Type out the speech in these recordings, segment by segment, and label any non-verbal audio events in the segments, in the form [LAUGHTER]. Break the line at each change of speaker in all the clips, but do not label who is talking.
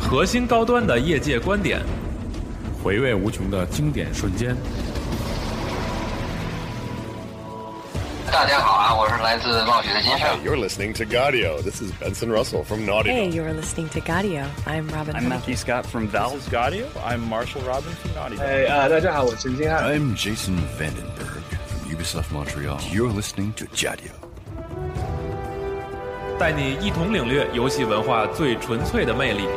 核心高端的业界观点，
回味无穷的经典瞬间。
大家好啊，我是来自暴雪的金少。
Hey, you're listening to Gaudio. This is Benson Russell from Naughty.
Hey,
Dog.
you're listening to Gaudio. I'm Robin.
I'm Matthew Scott from Valve.
This is Gaudio. I'm Marshall Robin from Naughty Dog.
哎啊，大家好，我陈金汉。
I'm Jason Vandenberg from Ubisoft Montreal. You're listening to Jadio.
带你一同领略游戏文化最纯粹的魅力。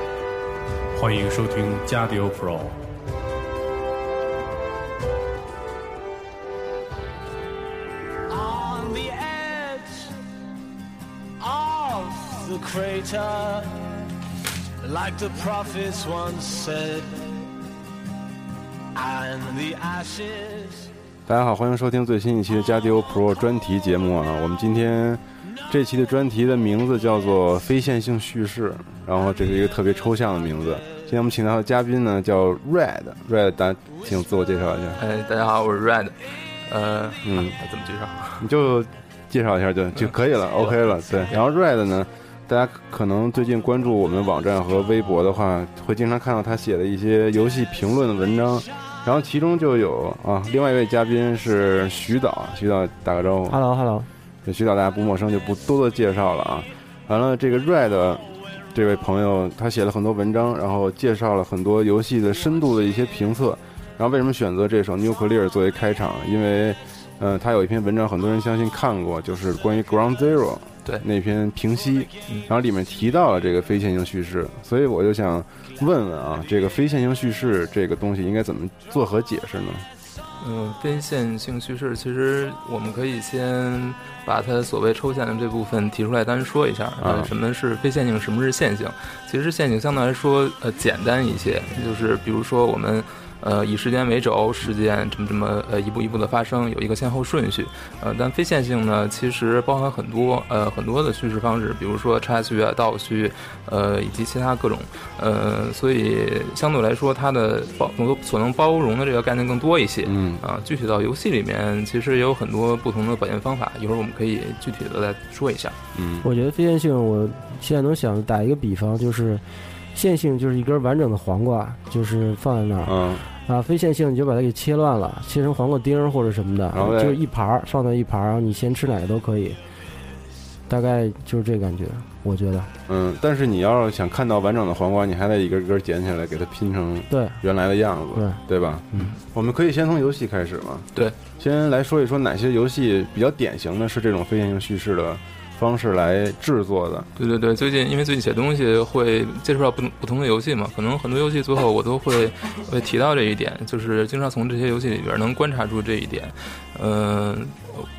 欢迎收听加迪欧 Pro。
on the edge of the crater, like the prophets once said, and the ashes.
大家好，欢迎收听最新一期的加迪欧 Pro 专题节目啊！我们今天这期的专题的名字叫做“非线性叙事”，然后这是一个特别抽象的名字。今天我们请到的嘉宾呢叫 Red，Red，咱请自我介绍一下，
哎，大家好，我是 Red，呃，
嗯
啊怎么介绍？嗯
你就介绍一下就就可以了，OK 了。对，然后 Red 呢，大家可能最近关注我们网站和微博的话，会经常看到他写的一些游戏评论的文章。然后其中就有啊，另外一位嘉宾是徐导，徐导打个招呼。
Hello Hello，
这徐导大家不陌生，就不多做介绍了啊。完了，这个 Red 这位朋友，他写了很多文章，然后介绍了很多游戏的深度的一些评测。然后为什么选择这首《Nuclear》作为开场？因为，嗯、他有一篇文章，很多人相信看过，就是关于 Ground Zero
对
那篇评析，
嗯
然后里面提到了这个非线性叙事，所以我就想问问啊，这个非线性叙事这个东西应该怎么做和解释呢？
嗯，非线性叙事其实我们可以先把它所谓抽象的这部分提出来单说一
啊
下，呃，什么是非线性，什么是线性？其实线性相对来说呃简单一些，就是比如说我们。呃，以时间为轴，事件这么这么呃一步一步的发生，有一个先后顺序。呃，但非线性呢，其实包含很多呃很多的叙事方式，比如说插叙啊、倒叙，呃以及其他各种呃，所以相对来说，它的包所能包容的这个概念更多一些。
嗯
啊，具体到游戏里面，其实也有很多不同的表现方法，一会儿我们可以具体的再说一下。
嗯
我觉得非线性，我现在能想打一个比方，就是线性就是一根完整的黄瓜，就是放在那儿
嗯，
啊。非线性你就把它给切乱了，切成黄瓜丁儿或者什么的，
然后再
就是一盘儿放在一盘儿，然后你先吃哪个都可以。大概就是这感觉，我觉得
嗯，但是你要是想看到完整的黄瓜，你还得一根根捡起来，给它拼成
对
原来的样子，
对
对吧？
嗯，
我们可以先从游戏开始嘛。
对，
先来说一说哪些游戏比较典型的是这种非线性叙事的方式来制作的。
对对对，最近因为最近写东西会接触到不同不同的游戏嘛，可能很多游戏最后我都会会提到这一点，就是经常从这些游戏里边能观察出这一点。嗯、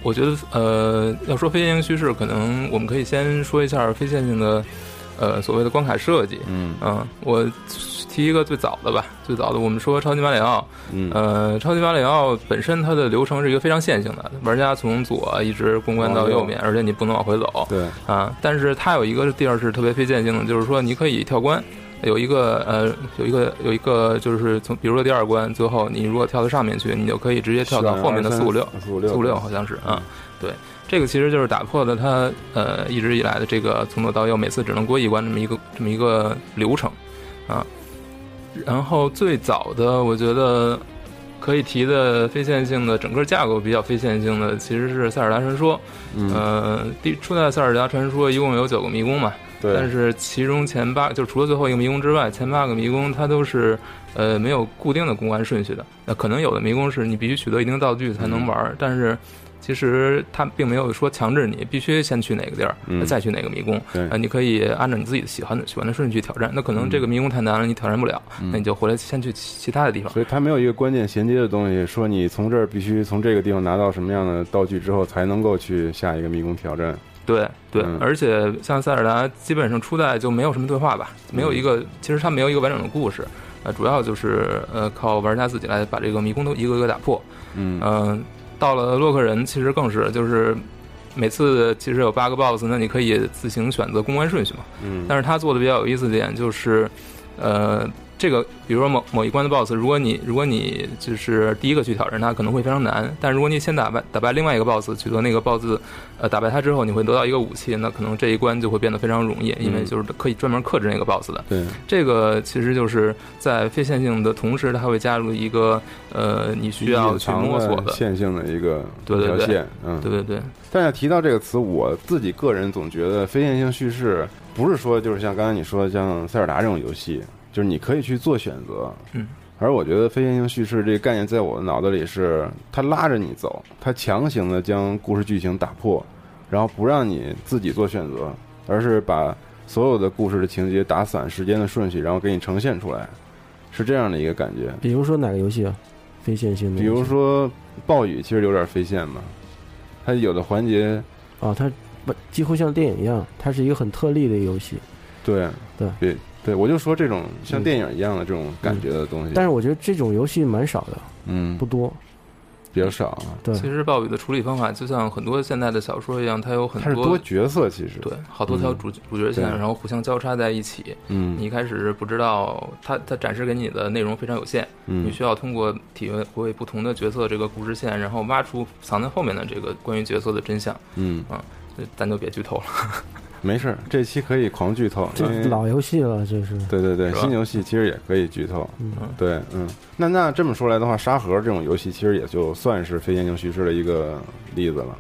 我觉得呃，要说非线性叙事，可能我们可以先说一下非线性的呃所谓的关卡设计。
嗯
嗯、我提一个最早的吧，最早的我们说超级马里奥，
嗯
呃，超级马里奥本身它的流程是一个非常线性的，玩家从左一直公关到右面，而且你不能往回走。
对，
啊，但是它有一个地儿是特别非线性的，就是说你可以跳关，有一个呃，有一个有一个就是从比如说第二关，最后你如果跳到上面去，你就可以直接跳到后面的四五六，
啊四五六，嗯
四五六好像是啊，对，这个其实就是打破了它呃一直以来的这个从左到右每次只能过一关这么一个这么一个流程啊。然后最早的我觉得可以提的非线性的整个架构比较非线性的其实是《塞尔达传说》，
嗯，
呃，第初代《塞尔达传说》一共有九个迷宫嘛，但
对，
是其中前八就除了最后一个迷宫之外，前八个迷宫它都是呃没有固定的公关顺序的。那、可能有的迷宫是你必须取得一定道具才
嗯
能玩儿，但是其实它并没有说强制你必须先去哪个地儿，
嗯
再去哪个迷宫。
对
呃，你可以按照你自己喜欢的喜欢的顺序去挑战。那可能
嗯
这个迷宫太难了，你挑战不了，那你就回来先去其其他的地方。
所以它没有一个关键衔接的东西，说你从这儿必须从这个地方拿到什么样的道具之后，才能够去下一个迷宫挑战。
对对
嗯，
而且像塞尔达，基本上初代就没有什么对话吧，
嗯
没有一个，其实它没有一个完整的故事，呃，主要就是呃靠玩家自己来把这个迷宫都一个个打破。
嗯
嗯，到了洛克人，其实更是就是每次其实有八个 BOSS，那你可以自行选择公关顺序嘛。
嗯，
但是他做的比较有意思的点就是，呃，这个，比如说某某一关的 BOSS，如果你如果你就是第一个去挑战它，可能会非常难。但如果你先打败打败另外一个 BOSS，取得那个 BOSS，呃，打败它之后，你会得到一个武器，那可能这一关就会变得非常容易，因为就是可以专门克制那个 BOSS 的。
嗯对，
这个其实就是在非线性的同时，它会加入一个呃，你需要
隐
去
藏
摸索
的
的。
线性的一个
对对
一条
对
线，嗯，
对对对，
但是提到这个词，我自己个人总觉得非线性叙事不是说就是像刚才你说的像塞尔达这种游戏，就是你可以去做选择，
嗯，
而我觉得非线性叙事这个概念在我的脑子里是它拉着你走，它强行的将故事剧情打破，然后不让你自己做选择，而是把所有的故事的情节打散、时间的顺序，然后给你呈现出来，是这样的一个感觉。
比如说哪个游戏啊？非线性的
比
游戏，
如说暴雨，其实有点非线嘛，它有的环节
啊，它不几乎像电影一样，它是一个很特例的游戏。
对
对
对对，我就说这种像
嗯
电影一样的这种感觉的东西，
但是我觉得这种游戏蛮少的，
嗯
不多。
比较少啊。
对
其实暴雨的处理方法就像很多现代的小说一样，它有很
它是多角色其实嗯
对，好多条主主角线，
对
然后互相交叉在一起。
嗯
你一开始不知道它它展示给你的内容非常有限，
嗯
你需要通过体会不同的角色这个故事线，然后挖出藏在后面的这个关于角色的真相。
嗯
啊，这咱就别剧透了。 [LAUGHS]
没事儿，这期可以狂剧透，因为
这老游戏了，这
嗯
是
对对对，
是吧
新游戏其实也可以剧透。
嗯
对，嗯，那那这么说来的话，沙盒这种游戏其实也就算是非线性叙事的一个例子了。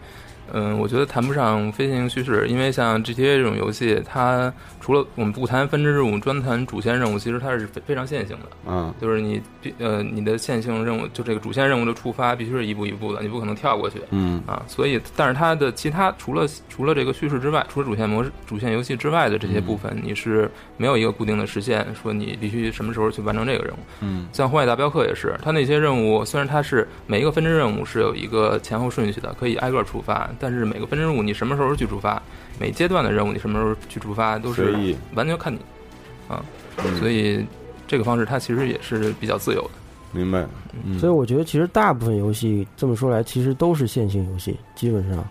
嗯，我觉得谈不上非线性叙事，因为像 GTA 这种游戏，它除了我们不谈分支任务，专谈主线任务，其实它是非非常线性的。
嗯
就是你必呃你的线性任务，就这个主线任务的触发必须是一步一步的，你不可能跳过去。
嗯
啊，所以但是它的其他除了除了这个叙事之外，除了主线模式、主线游戏之外的这些部分，
嗯
你是没有一个固定的时限，说你必须什么时候去完成这个任务。
嗯
像《荒野大镖客》也是，它那些任务虽然它是每一个分支任务是有一个前后顺序的，可以挨个触发，但是每个分支任务你什么时候去触发，每阶段的任务你什么时候去触发，都是
随意嗯
完全看你啊。所以这个方式它其实也是比较自由的。
明白。嗯
所以我觉得其实大部分游戏这么说来，其实都是线性游戏，基本上。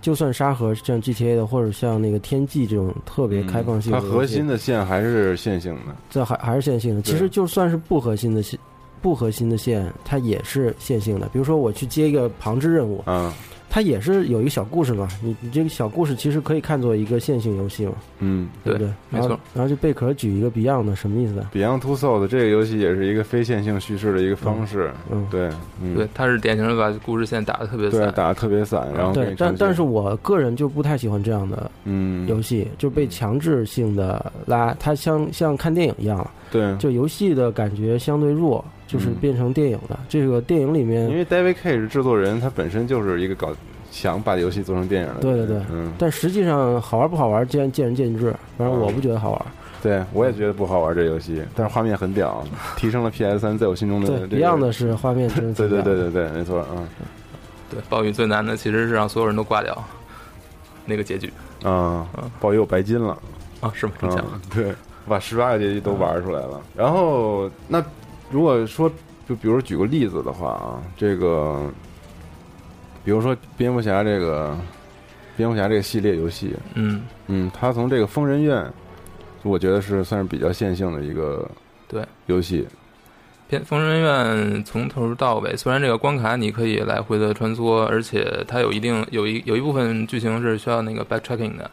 就算沙盒像 GTA 的，或者像那个天际这种特别开放性
嗯它
的游戏、
核心的线还是线性的。
这还还是线性的。
对
其实就算是不核心的线，不核心的线，它也是线性的。比如说我去接一个旁支任务，
啊，
它也是有一个小故事嘛。你你这个小故事其实可以看作一个线性游戏嘛，
嗯，
对不对？
没错
然后。然后就贝壳举一个 Beyond 的，什么意思呢？
Beyond Two Souls 这个游戏也是一个非线性叙事的一个方式，
嗯
对，嗯，
对，它是典型的把故事线打得特别
对
散。
打的特别散，然后给
对但
你，呈现
但是我个人就不太喜欢这样的
嗯，
游戏，就被强制性的拉，它像像看电影一样了。
对，
就游戏的感觉相对弱，就是
嗯
变成电影了。这个电影里
因
面，
为 David Cage 制作人他本身就是一个搞想把游戏做成电影的人，
对对对，
嗯，
但实际上好玩不好玩，见见仁见智。反正
嗯
我不觉得好玩。
对我也觉得不好玩这游戏，但是画面很屌，提升了 PS 三在我心中的
对
这个
，Beyond 的是画面真的
[LAUGHS] 对
挺
对
大
对
的
对对，没错，嗯
对，暴雨最难的其实是让所有人都挂掉，那个结局
啊，暴友白金了，
啊，是吗？这么讲
嗯，对，把十八个结局都玩出来了。然后那如果说，就比如举个例子的话啊，这个，比如说蝙蝠侠这个蝙蝠侠这个系列游戏，
嗯
嗯，它从这个疯人院，我觉得是算是比较线性的一个
对
游戏，
偏疯人院从头到尾，虽然这个关卡你可以来回的穿梭，而且它有一定有一有一部分剧情是需要那个 backtracking 的，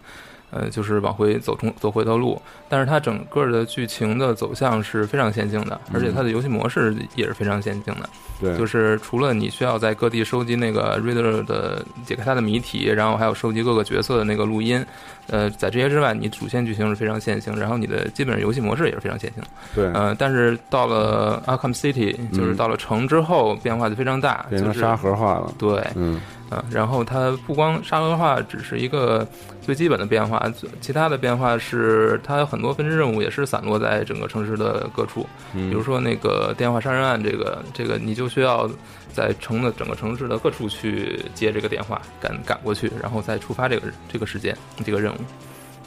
呃，就是往回走中走回头路，但是它整个的剧情的走向是非常线性的，啊而且它的游戏模式也是非常线性的。
嗯对，
就是除了你需要在各地收集那个 Reader 的解开它的谜题，然后还有收集各个角色的那个录音，呃，在这些之外，你主线剧情是非常线性，然后你的基本上游戏模式也是非常线性的。
对，
呃，但是到了 Arkham City，就是
嗯
到了城之后，变化就非常大，
变成
就是
沙盒化了，
对，
嗯
啊，然后它不光沙盒化只是一个最基本的变化，最其他的变化是它有很多分支任务也是散落在整个城市的各处，
嗯
比如说那个电话杀人案，这个这个你就需要在城的整个城市的各处去接这个电话，赶赶过去，然后再触发这个这个时间这个任务。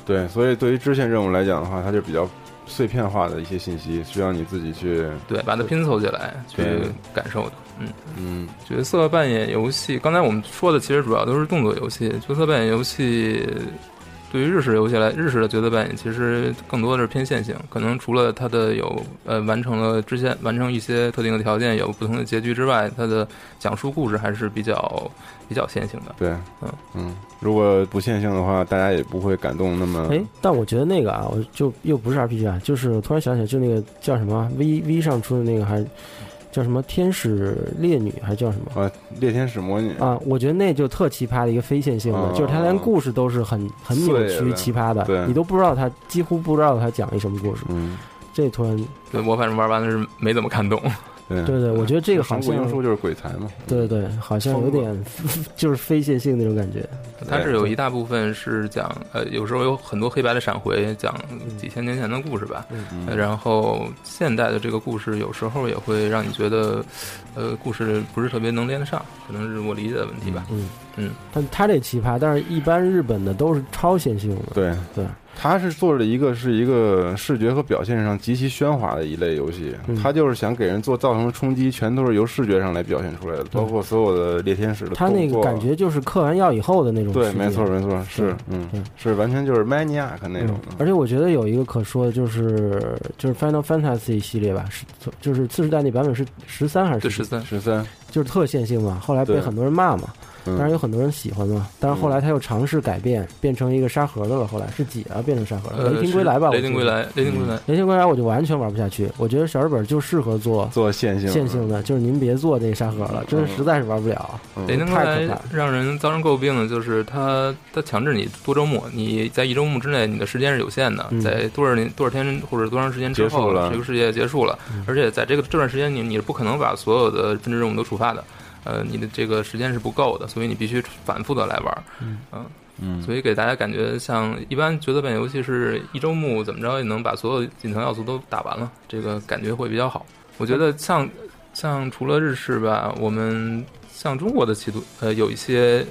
对，所以对于支线任务来讲的话，它就比较碎片化的一些信息，需要你自己去，
对，把它拼凑起来去
对
感受的。嗯，
嗯
角色扮演游戏，刚才我们说的其实主要都是动作游戏。角色扮演游戏，对于日式游戏来，日式的角色扮演其实更多的是偏线性，可能除了它的有呃完成了之前完成一些特定的条件，有不同的结局之外，它的讲述故事还是比较比较线性的。
对，
嗯
嗯，如果不线性的话，大家也不会感动那么。
哎，但我觉得那个啊，我就又不是 RPG 啊，就是我突然想起来，就那个叫什么 V V 上出的那个还。叫什么天使烈女还是叫什么
啊？猎天使魔女
啊，我觉得那就特奇葩的一个非线性的，
啊
就是它连故事都是很很扭
碎
曲
的
奇葩的，
对
你都不知道它几乎不知道它讲一什么故事。
嗯，
这突然，
对我反正玩完了是没怎么看懂。
对
对对，我觉得这个好
神谷
像
英树就是鬼才嘛。
对对，好像有点 [LAUGHS] 就是非线性那种感觉。
嗯
它是有一大部分是讲，呃，有时候有很多黑白的闪回，讲几千年前的故事吧。
嗯
呃然后现代的这个故事，有时候也会让你觉得，呃，故事不是特别能连得上，可能是我理解的问题吧。
嗯
嗯，
但它这奇葩，但是一般日本的都是超线性的。
对
对，
他是做了一个是一个视觉和表现上极其喧哗的一类游戏
嗯，
他就是想给人做造成冲击，全都是由视觉上来表现出来的，包括所有的猎天使的
它嗯那个
动作啊
感觉就是嗑完药以后的那嗯种。
对，没错，没错，是，嗯，是完全就是 maniac 那种嗯的。
而且我觉得有一个可说的就是就是 Final Fantasy 系列吧，是就是次世代那版本是十三还是
对，十三，
十三，
就是特线性嘛，后来被
对
很多人骂嘛，
嗯
当然有很多人喜欢嘛，但是后
嗯
来他又尝试改变，变成一个沙盒的了，后来是几啊变成沙盒了？
呃
雷霆归来吧，
是
我
雷
记得
霆归来雷霆归来
嗯雷霆归来我就完全玩不下去，我觉得小日本就适合做
做线性的
线性的，就是您别做这沙盒了，真的
嗯
实在是玩不了，
嗯雷霆归
太可怕
来
了。
让人遭人诟病的就是它，它强制你多周末，你在一周目之内你的时间是有限的，
嗯
在多少年多少天或者多长时间之
结束
后，
了嗯
这个世界结束了，而且在这个这段时间你你是不可能把所有的分支任务都触发的，呃，你的这个时间是不够的，所以你必须反复的来玩，嗯。
嗯
所以给大家感觉像一般角色扮演游戏是一周目怎么着也能把所有隐藏要素都打完了，这个感觉会比较好。我觉
嗯
得像像除了日式吧，我们像中国的企图呃有一些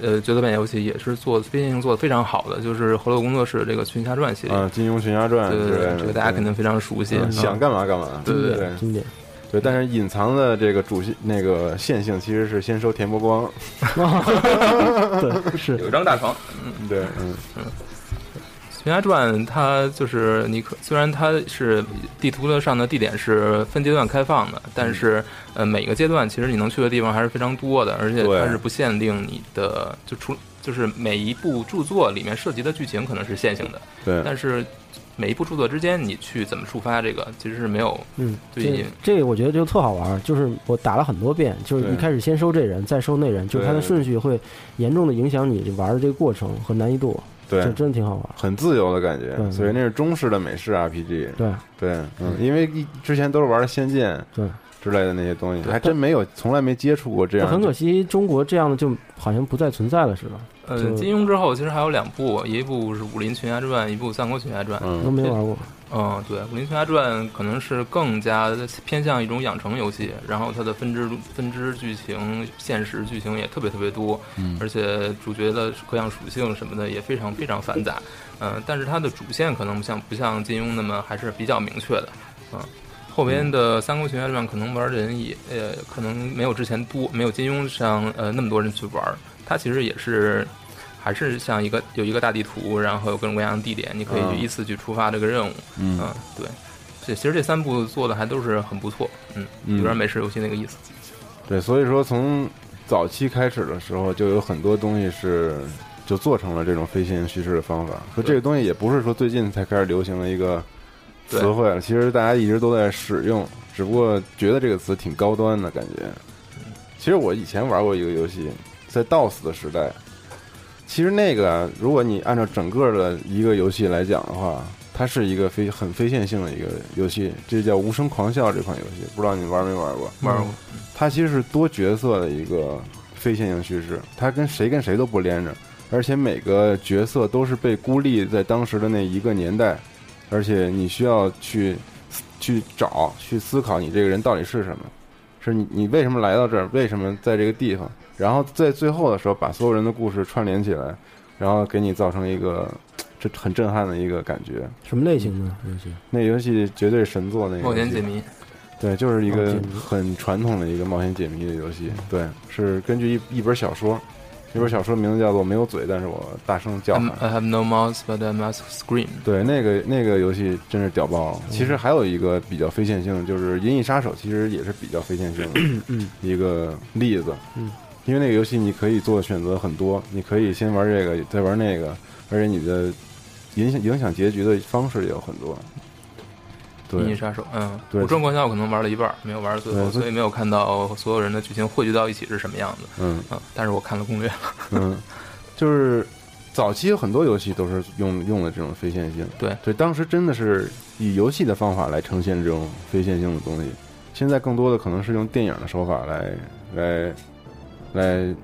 呃角色扮演游戏也是做变性做的非常好的，就是河洛工作室这个《群侠传》系列，
啊，金庸群侠传
对
之
对
类
对
的，
这个大家肯定非常熟悉。
嗯
啊
想干嘛干嘛，
对对
对
经典，
对，但是隐藏的这个主线那个线性其实是先收田
[LAUGHS]
伯光， [LAUGHS]
对是
有一张大床，嗯。
对，嗯
《群侠传》它就是你可虽然它是地图的上的地点是分阶段开放的，但是呃每个阶段其实你能去的地方还是非常多的，而且
嗯对
它是不限定你的就除就是每一部著作里面涉及的剧情可能是线性的，
对
但是每一部著作之间你去怎么触发这个其实是没有
嗯，
对
这
你
这个我觉得就特好玩儿，就是我打了很多遍，就是
对
一开始先收这人，再收那人，就是它的
对
顺序会严重的影响你玩的这个过程和难易度，
对
这真的挺好玩儿。
很自由的感觉，
对
所以那是中式的美式 RPG，
对
对，嗯，因为一之前都是玩的《仙剑》
对，
之类的那些东西，
对
还真没有，从来没接触过这
但
样。
很可，惜，中国这样的就好像不再存在了似的，
呃
就
金庸之后其实还有两部，一部是《武林群侠传》，一部《三国群侠传》。
都
嗯
没玩过。
嗯，对，《武林群侠传》可能是更加偏向一种养成游戏，然后它的分支分支剧情、现实剧情也特别特别多，
嗯
而且主角的各样属性什么的也非常非常繁杂。嗯、但是它的主线可能不像不像金庸那么还是比较明确的。嗯、后边的《三国群侠传》可能玩的人也呃可能没有之前多，没有金庸上呃那么多人去玩儿。它其实也是。还是像一个有一个大地图，然后有各种各样的地点，你可以去
嗯
依次去触发这个任务。
嗯
嗯，对，这其实这三部做的还都是很不错，嗯，
嗯
有点美式游戏那个意思。
对，所以说从早期开始的时候，就有很多东西是就做成了这种非线叙事的方法。说这个东西也不是说最近才开始流行的一个
对
词汇了，其实大家一直都在使用，只不过觉得这个词挺高端的感觉。其实我以前玩过一个游戏，在 DOS 的时代，其实那个啊如果你按照整个的一个游戏来讲的话，它是一个非很非线性的一个游戏，这叫《无声狂笑》这款游戏，不知道你玩没玩过？
玩过，
它其实是多角色的一个非线性叙事，它跟谁跟谁都不连着，而且每个角色都是被孤立在当时的那一个年代，而且你需要去去找、去思考你这个人到底是什么，是你你为什么来到这儿，为什么在这个地方，然后在最后的时候把所有人的故事串联起来，然后给你造成一个这很震撼的一个感觉。
什么类型的游戏？
那游戏绝对神作，那个
冒险
游戏
解谜，
对，就是一
冒
个
险谜
很传统的一个冒险解谜的游戏。对，是根据一一本小说，那本小说名字叫做《没有嘴，但是我大声叫喊
I'm,》。I 嗯 have no mouth, but I must scream。
对，那个那个游戏真是屌爆了。其实还有一个比较非线性的，就是《银翼杀手》，其实也是比较非线性的一个例子。
嗯，
因为那个游戏你可以做的选择很多，你可以先玩这个，再玩那个，而且你的影响影响结局的方式也有很多。对，
银翼杀手，嗯，
对
武装关下我可能玩了一半，没有玩到最后，
对所以
所以没有看到所有人的剧情汇聚到一起是什么样子。
嗯
嗯，但是我看了攻略，
嗯，就是早期有很多游戏都是用用的这种非线性，
对
对，当时真的是以游戏的方法来呈现这种非线性的东西。现在更多的可能是用电影的手法来来来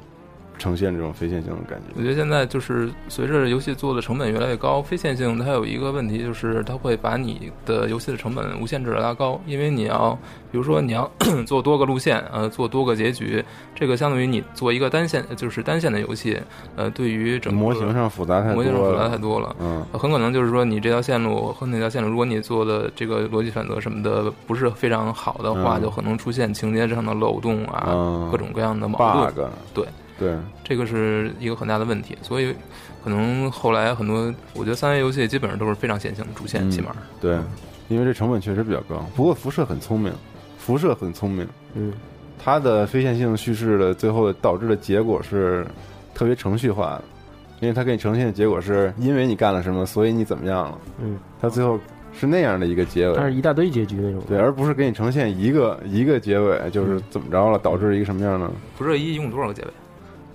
呈现这种非线性的感觉。
我觉得现在就是随着游戏做的成本越来越高，非线性它有一个问题就是它会把你的游戏的成本无限制的拉高，因为你要比如说你要做多个路线，呃，做多个结局，这个相当于你做一个单线就是单线的游戏，呃，对于整个
模型上复杂太
模
多
型上复杂
了，
太多了。
嗯，
很可能就是说，你这条线路和那条线路，如果你做的这个逻辑选择什么的不是非常好的话，
嗯
就可能出现情节上的漏洞啊，
嗯
各种各样的矛盾。
bug，
对，
对，
这个是一个很大的问题。所以，可能后来很多，我觉得三 A 游戏基本上都是非常线性的主线，
嗯
起码
对，因为这成本确实比较高。不过辐射很聪明，辐射很聪明，
嗯，
它的非线性叙事的最后导致的结果是特别程序化的，因为它给你呈现的结果是因为你干了什么，所以你怎么样了。
嗯，
它最后是那样的一个结
它是
尾，
一大堆结局那种。
对，而不是给你呈现一个一个结尾，就是怎么着了，导致一个什么样呢？
辐射一一共多少个结尾？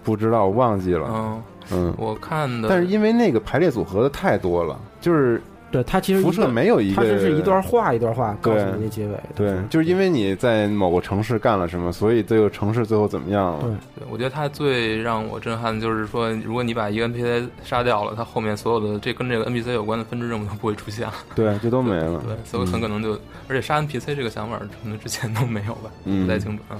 不知道，我忘记了。
嗯，
嗯，
我看的，
但是因为那个排列组合的太多了，就是
对，它其实
辐射
一个，
没有一
它
个，
就是一段话一段话告诉
对
你那结尾。
对，就是因为你在某个城市干了什么，所以这个城市最后怎么样了？
对
对我觉得它最让我震撼的就是说，如果你把一个 NPC 杀掉了，它后面所有的这跟这个 NPC 有关的分支任务都不会出现了。 [LAUGHS]
对，这都没了。嗯
对，所以很可能就，而且杀 NPC 这个想法可能之前都没有
[LAUGHS]
吧，
嗯
不太清楚啊。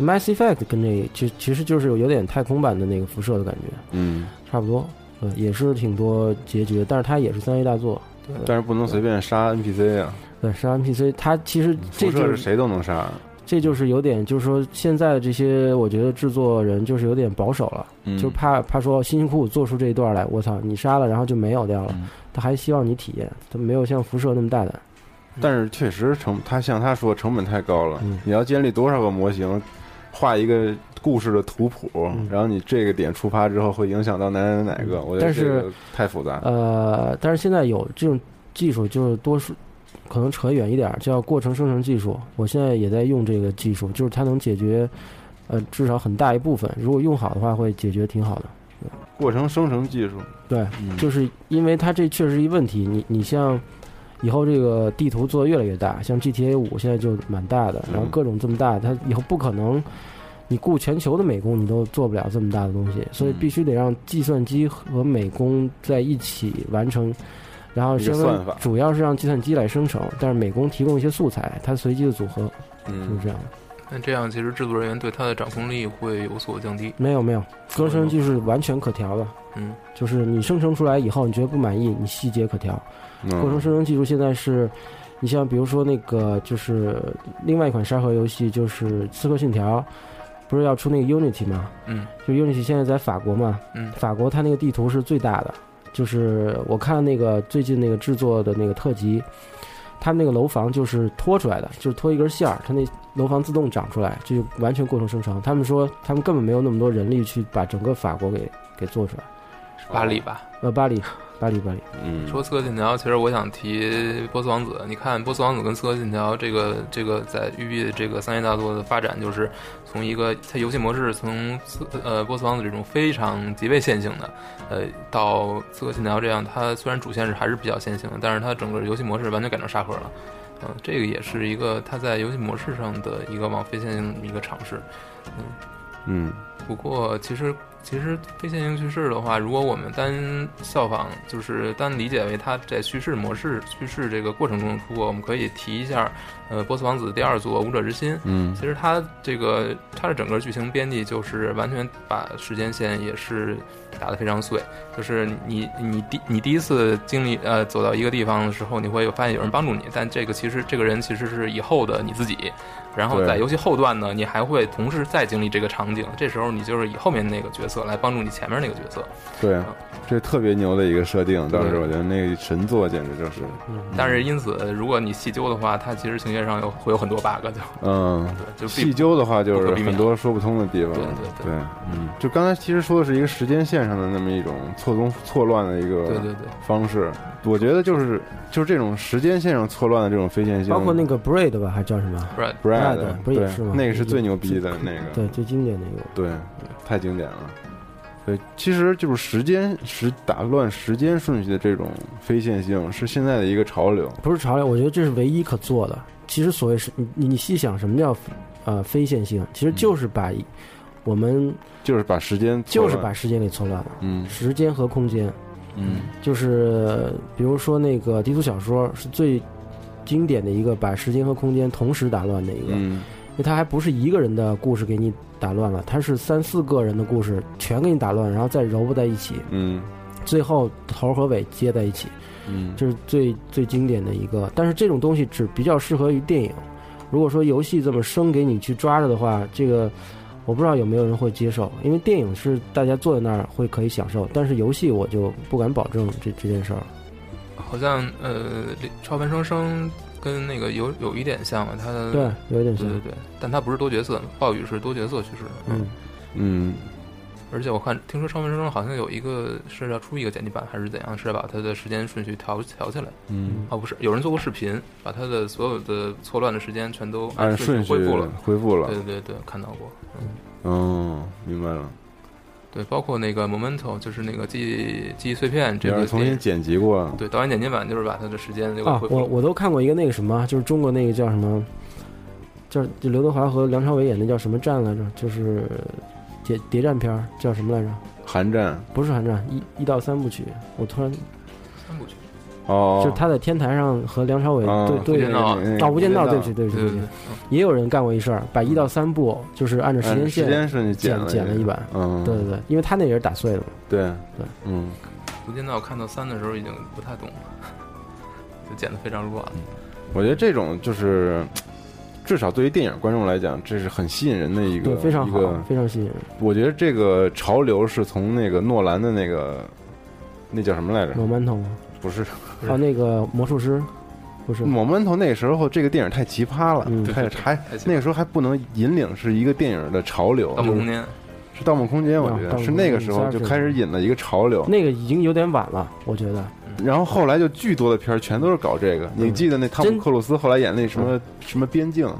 Mass Effect 跟这其其实就是有点太空版的那个辐射的感觉，
嗯，
差不多。对，也是挺多结局的，但是它也是三 A 大作。
但是不能随便杀 NPC 啊，
对，杀 NPC，它其实
辐
这
射
就是
谁都能杀。
这就是有点，就是说现在这些，我觉得制作人就是有点保守了，
嗯
就怕怕说辛辛苦苦做出这一段来，我操，你杀了然后就没有掉
嗯
了，他还希望你体验，他没有像辐射那么大胆。
但是确实成，他像他说成本太高了
嗯，
你要建立多少个模型，画一个故事的图谱，
嗯
然后你这个点出发之后会影响到哪哪哪哪个，我觉得
但是
这个太复杂。
呃，但是现在有这种技术，就是多数可能扯远一点儿，叫过程生成技术。我现在也在用这个技术，就是它能解决，呃，至少很大一部分。如果用好的话，会解决挺好的。
过程生成技术，
对，
嗯
就是因为它这确实一问题。你你像以后这个地图做得越来越大，像 GTA 五现在就蛮大的，
嗯
然后各种这么大，它以后不可能你雇全球的美工，你都做不了这么大的东西，所以
嗯
必须得让计算机和美工在一起完成。然后
一个
相当于
算法
主要是让计算机来生成，但是美工提供一些素材，它随机的组合就是
嗯
这样的。
那这样其实制作人员对它的掌控力会有所降低。
没有没有，歌声就是完全可调的，
嗯，
就是你生成出来以后，你觉得不满意，你细节可调。过程
嗯，
生成技术现在是，你像比如说那个就是另外一款沙盒游戏，就是《刺客信条》，不是要出那个 Unity 吗？
嗯，
就 Unity 现在在法国嘛，
嗯
法国它那个地图是最大的，就是我看那个最近那个制作的那个特辑，他们那个楼房就是拖出来的，就是拖一根线儿，它那楼房自动长出来，这就完全过程生成。他们说他们根本没有那么多人力去把整个法国给给做出来，
是巴黎吧？
呃，巴
[LAUGHS]
黎，巴黎，巴黎，
嗯，
说《刺客信条》，其实我想提《波斯王子》。你看，《波斯王子》跟《刺客信条》这个这个在育碧这个三 A 大作的发展，就是从一个它游戏模式从刺呃《波斯王子》这种非常极为线性的，呃，到《刺客信条》这样，它虽然主线是还是比较线性的，但是它整个游戏模式完全改成沙盒了。嗯、这个也是一个它在游戏模式上的一个往非线性的一个尝试。
嗯，
不过其实其实非线性叙事的话，如果我们单效仿，就是单理解为它在叙事模式、叙事这个过程中的突破，我们可以提一下，呃，《波斯王子》第二作《舞者之心》。
嗯，
其实它这个它的整个剧情编辑就是完全把时间线也是打得非常碎，就是你你第你第一次经历呃走到一个地方的时候，你会有发现有人帮助你，但这个其实这个人其实是以后的你自己，然后
对
在游戏后段呢，你还会同时再经历这个场景，这时候你就是以后面那个角色来帮助你前面那个角色。嗯
对，这是特别牛的一个设定，当时我觉得那个神作简直就是，
嗯
但是因此，如果你细究的话，它其实情节上有会有很多 bug 就。 [LAUGHS]
嗯，
就避
细究的话就
不
是
可避免
很多说不通的地方，
对对
对，嗯，就刚才其实说的是一个时间线上的那么一种错综错乱的一个
对对对
方式，我觉得就是就是这种时间线上错乱的这种非线性，
包括那个 Braid 吧，还叫什么
Brad
Brad，
不也是吗？
那个是最牛逼的那个，
对，最经典那个。
对，太经典了。对，其实就是时间时打乱时间顺序的这种非线性是现在的一个潮流。
不是潮流，我觉得这是唯一可做的。其实所谓是你你你细想，什么叫呃非线性？其实就是把一、我们
就是把时间错
就
乱
是把时间给错乱了，
嗯
时间和空间，
嗯，
就是比如说那个低俗小说是最经典的一个把时间和空间同时打乱的一个，
嗯
因为它还不是一个人的故事给你打乱了，它是三四个人的故事全给你打乱，然后再揉不在一起，
嗯
最后头和尾接在一起，
嗯
这是最最经典的一个。但是这种东西只比较适合于电影。如果说游戏这么生给你去抓着的话，这个我不知道有没有人会接受，因为电影是大家坐在那儿会可以享受，但是游戏我就不敢保证这这件事儿。
好像呃，这超凡双生跟那个有有一点像嘛，它的
对，有
对
点像。
对对，但它不是多角色嘛，暴雨是多角色叙事，
嗯，
嗯，
而且我看听说超凡双生好像有一个是要出一个剪辑版还是怎样，是把它的时间顺序调调起来，
嗯，
哦不是，有人做过视频，把它的所有的错乱的时间全都
按
顺
顺
恢复了，
恢复了
对，对对对，看到过，嗯。
嗯，明白了。
对，包括那个 Momento，就是那个记忆记忆碎片，这
也
个
是重
电
新
影
剪辑过了。
对导演剪辑版就是把它的时间就
啊
恢，复
我
了。
我都看过一个那个什么，啊就是中国那个叫什么，叫就刘德华和梁朝伟演的叫什么战来着？就是谍谍战片儿叫什么来着？
寒战
不是寒战，一一到三部曲。我突然
三部曲
哦，
就是他在天台上和梁朝伟
啊
对对
无间道啊
那个
啊，《无间道》
无
对
间
不起，对不起，
对
对
对对
不起，，也有人干过一事儿，把一到三部就是按照时
嗯按
间
时间
线
顺序
剪
了
剪了一版，
嗯，
对对对，因为他那也是打碎的嘛，
对
对，
嗯，
《无间道》看到三的时候已经不太懂了， [LAUGHS] 就剪得非常乱了。
我觉得这种就是。至少对于电影观众来讲，这是很吸引人的一
对，
个
非常
一
好
个，
非常吸引人。
我觉得这个潮流是从那个诺兰的那个那叫什么来着？
罗曼头吗？
不是
还有那个魔术师，不是，
某馒头那个时候，这个电影太奇葩了，
嗯
太还
太奇葩
那个时候还不能引领是一个电影的潮流，
《盗
就
梦
是
空间》
是《盗梦空间》，我
啊
觉
嗯盗
得
梦
是那
空
个
间
时候
三
就是开始引了一个潮流，
那个已经有点晚了，我觉得
然后后来就巨多的片儿全都是搞这个。你记得那汤姆
真嗯
克鲁斯后来演那什么什么边境、
《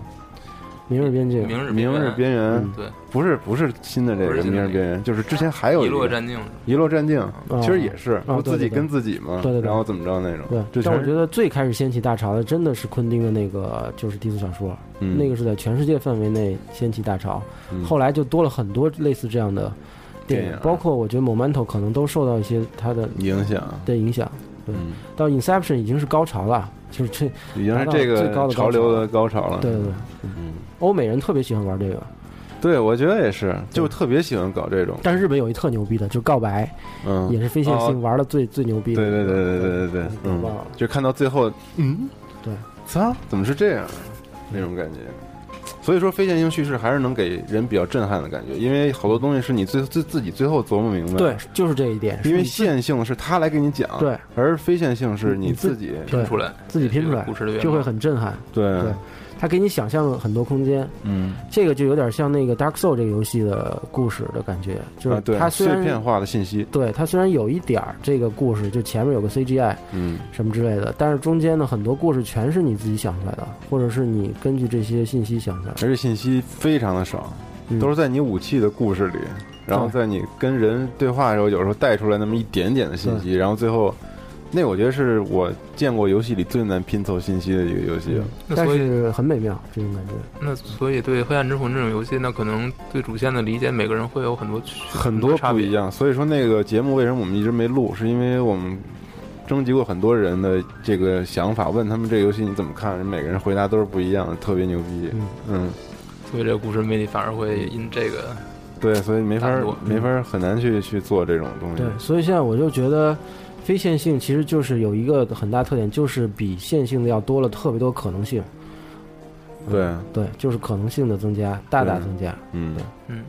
明日边境》
嗯明日
明日
边
边缘，
对
不是不是新的这
嗯不
个
是新的
明日边缘，就是之前还有
《遗
一
落
个
战哦境》
遗落战境，
啊
其实也是
啊
不
对
自己
对对
跟自己嘛
对对，对
然后怎么着那种。
对
这，
但
全
我
是
觉得最开始掀起大潮的真的是昆汀的那个就是低俗小说，
嗯
那个是在全世界范围内掀起大潮，
嗯
后来就多了很多类似这样的电
电
影
影，
包括我觉得《Momento》可能都受到一些它的
影响，
的影响。对，
嗯，
到《Inception》已经是高潮了，就是这，
已经是
达到
这
最高
个
的
潮
高
流
潮
的高潮了。
对对对，欧美人特别喜欢玩这个，
对，我觉得也是，就特别喜欢搞这种，
但是日本有一特牛逼的，就是告白，
嗯，
也是非线性玩的最最牛逼
对
的。
对对对对对对，
忘
嗯
了，
就看到最后，嗯，
对，
操，怎么是这样那种感觉？所以说，非线性叙事还是能给人比较震撼的感觉，因为好多东西是你最自自己最后琢磨明白。
对，，就是这一点，
因为
哎是
线性是他来给你讲，
对，
而非线性是你
你
自己，
对
拼出来，
自己拼出
这
来
个故事的原貌
就会很震撼。
对啊
对，他给你想象了很多空间，
嗯，
这个就有点像那个《Dark Soul》这个游戏的故事的感觉，就
啊，
是
对，
它虽
碎
然
片化的信息，
对它虽然有一点儿这个故事，就前面有个 CGI
嗯
什么之类的，但是中间的很多故事全是你自己想出来的，或者是你根据这些信息想出来的。
而且信息非常的少，
嗯
都是在你武器的故事里，然后在你跟人对话的时候，有时候带出来那么一点点的信息，然后最后，那我觉得是我见过游戏里最难拼凑信息的一个游戏了。啊
那
但
所以
是很美妙这种感觉。
那所以对《黑暗之魂》这种游戏，那可能对主线的理解，每个人会有很多区
很多
差
不
别
一。样。所以说那个节目为什么我们一直没录，是因为我们征集过很多人的这个想法，问他们这个游戏你怎么看，人每个人回答都是不一样的，特别牛逼。
嗯
嗯，
所以这个故事魅力反而会因这个
对，所以没法
大多
没法很难去去做这种东西
对。，所以现在我就觉得，非线性其实就是有一个很大特点，就是比线性的要多了特别多可能性。
对，
对，就是可能性的增加，大大增加。
嗯
对
嗯，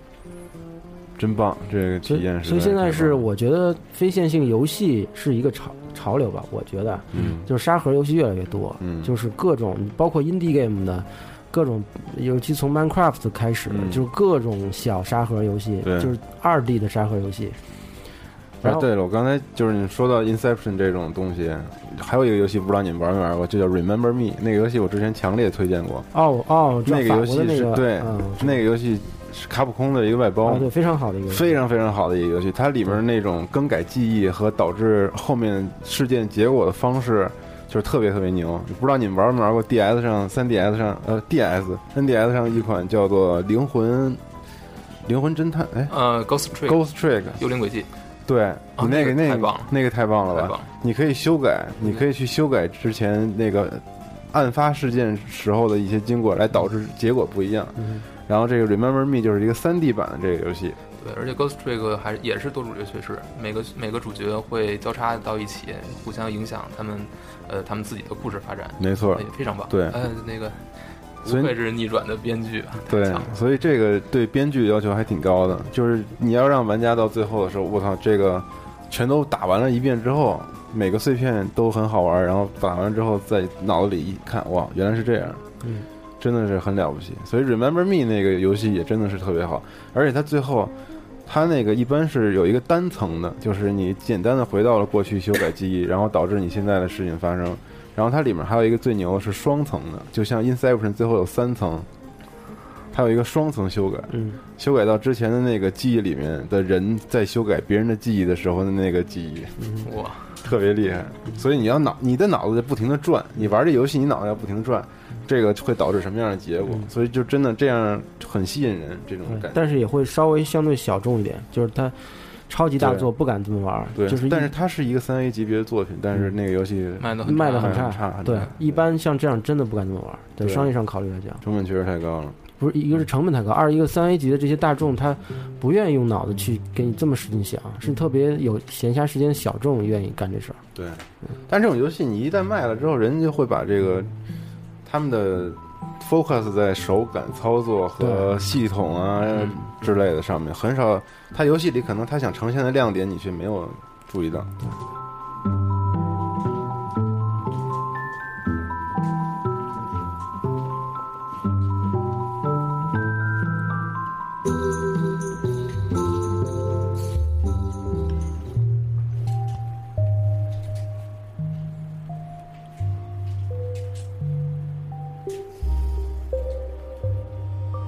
真棒，这个
所
体
以
验是。
所以现在是我觉得非线性游戏是一个潮潮流吧，我觉得，
嗯
就是沙盒游戏越来越多，
嗯
就是各种包括 indie game 的。各种，尤其从 Minecraft 开始，
嗯
就是各种小沙盒游戏，
对
就是二 D 的沙盒游戏。
哎
然，后
对了，我刚才就是你说到 Inception 这种东西，还有一个游戏不知道你们玩没玩过，就叫 Remember Me。那个游戏我之前强烈推荐过，
哦哦，知道
那个
法
游
国
戏
的那
是
个
对
嗯，
那个游戏是卡普空的一个外包
啊，，对，嗯非常好的一个游戏，
非常非常好的一个游戏。它里面那种更改记忆和导致后面事件结果的方式，就是特别特别牛。不知道你们玩没玩过 DS 上、3DS 上呃 DS、NDS 上一款叫做《灵魂灵魂侦探》哎
呃，Ghost Trick，
，Ghost Trick。
幽灵轨迹，
对你那个
哦那个
那
太
个
棒了
那个太棒了
太
吧！
棒了！
你可以修改，你可以去修改之前那个案发事件时候的一些经过，来导致结果不一样。
嗯
然后这个 Remember Me 就是一个3 D 版的这个游戏，
对，而且 Ghost Trick 还也是多主角叙事，每个每个主角会交叉到一起，互相影响他们，呃，他们自己的故事发展，
没错
也，非常棒。
对
呃，那个不
所以
愧是逆转的编剧啊，太
对
强，了。
所以这个对编剧要求还挺高的，就是你要让玩家到最后的时候，我靠，这个全都打完了一遍之后，每个碎片都很好玩，然后打完之后在脑子里一看，哇，原来是这样，
嗯，
真的是很了不起。所以 Remember Me 那个游戏也真的是特别好，而且它最后。它那个一般是有一个单层的，就是你简单的回到了过去修改记忆，然后导致你现在的事情发生。然后它里面还有一个最牛的是双层的，就像 Inception 最后有三层，它有一个双层修改，
嗯，
修改到之前的那个记忆里面的人在修改别人的记忆的时候的那个记忆， [LAUGHS]
哇，
特别厉害。
嗯
所以你要脑，你的脑子在不停的转，你玩这游戏，你脑子要不停的转，
嗯
这个会导致什么样的结果？所以就真的这样很吸引人，这种
对
感觉。
嗯但是也会稍微相对小众一点，就是它超级大作不敢这么玩儿，
对，
就是一嗯
但是它是一个三 A 级别的作品，但是那个游戏
卖的
卖
得
的
很
很
差很差
对
很差，
一般像这样真的不敢这么玩儿，对
对
商业上考虑来讲，
成本确实太高了。
不是一个是成本太高，二一个三 A 级的这些大众他不愿意用脑子去给你这么使劲想，是特别有闲暇时间的小众愿意干这事儿，
对，
嗯
但这种游戏你一旦卖了之后，人家就会把这个
嗯
他们的 focus 在手感操作和
对
系统啊
嗯
之类的上面，很少。他游戏里可能他想呈现的亮点，你却没有注意到。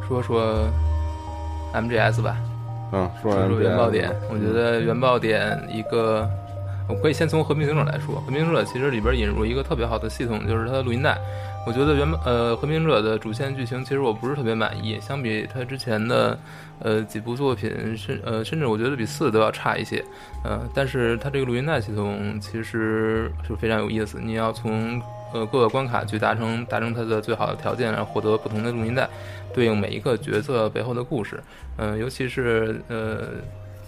说说 MGS 吧，
嗯，说
说
完
说
这
原
样
爆点，我觉得
嗯
原爆点一个，我可以先从《和平行者》来说，《和平行者》其实里边引入一个特别好的系统，就是它的录音带。我觉得原本呃《和平行者》的主线剧情其实我不是特别满意，相比它之前的呃几部作品，甚呃甚至我觉得比四都要差一些。呃，但是它这个录音带系统其实是非常有意思，你要从呃各个关卡去达成达成它的最好的条件，然后获得不同的录音带，对应每一个角色背后的故事。嗯、尤其是呃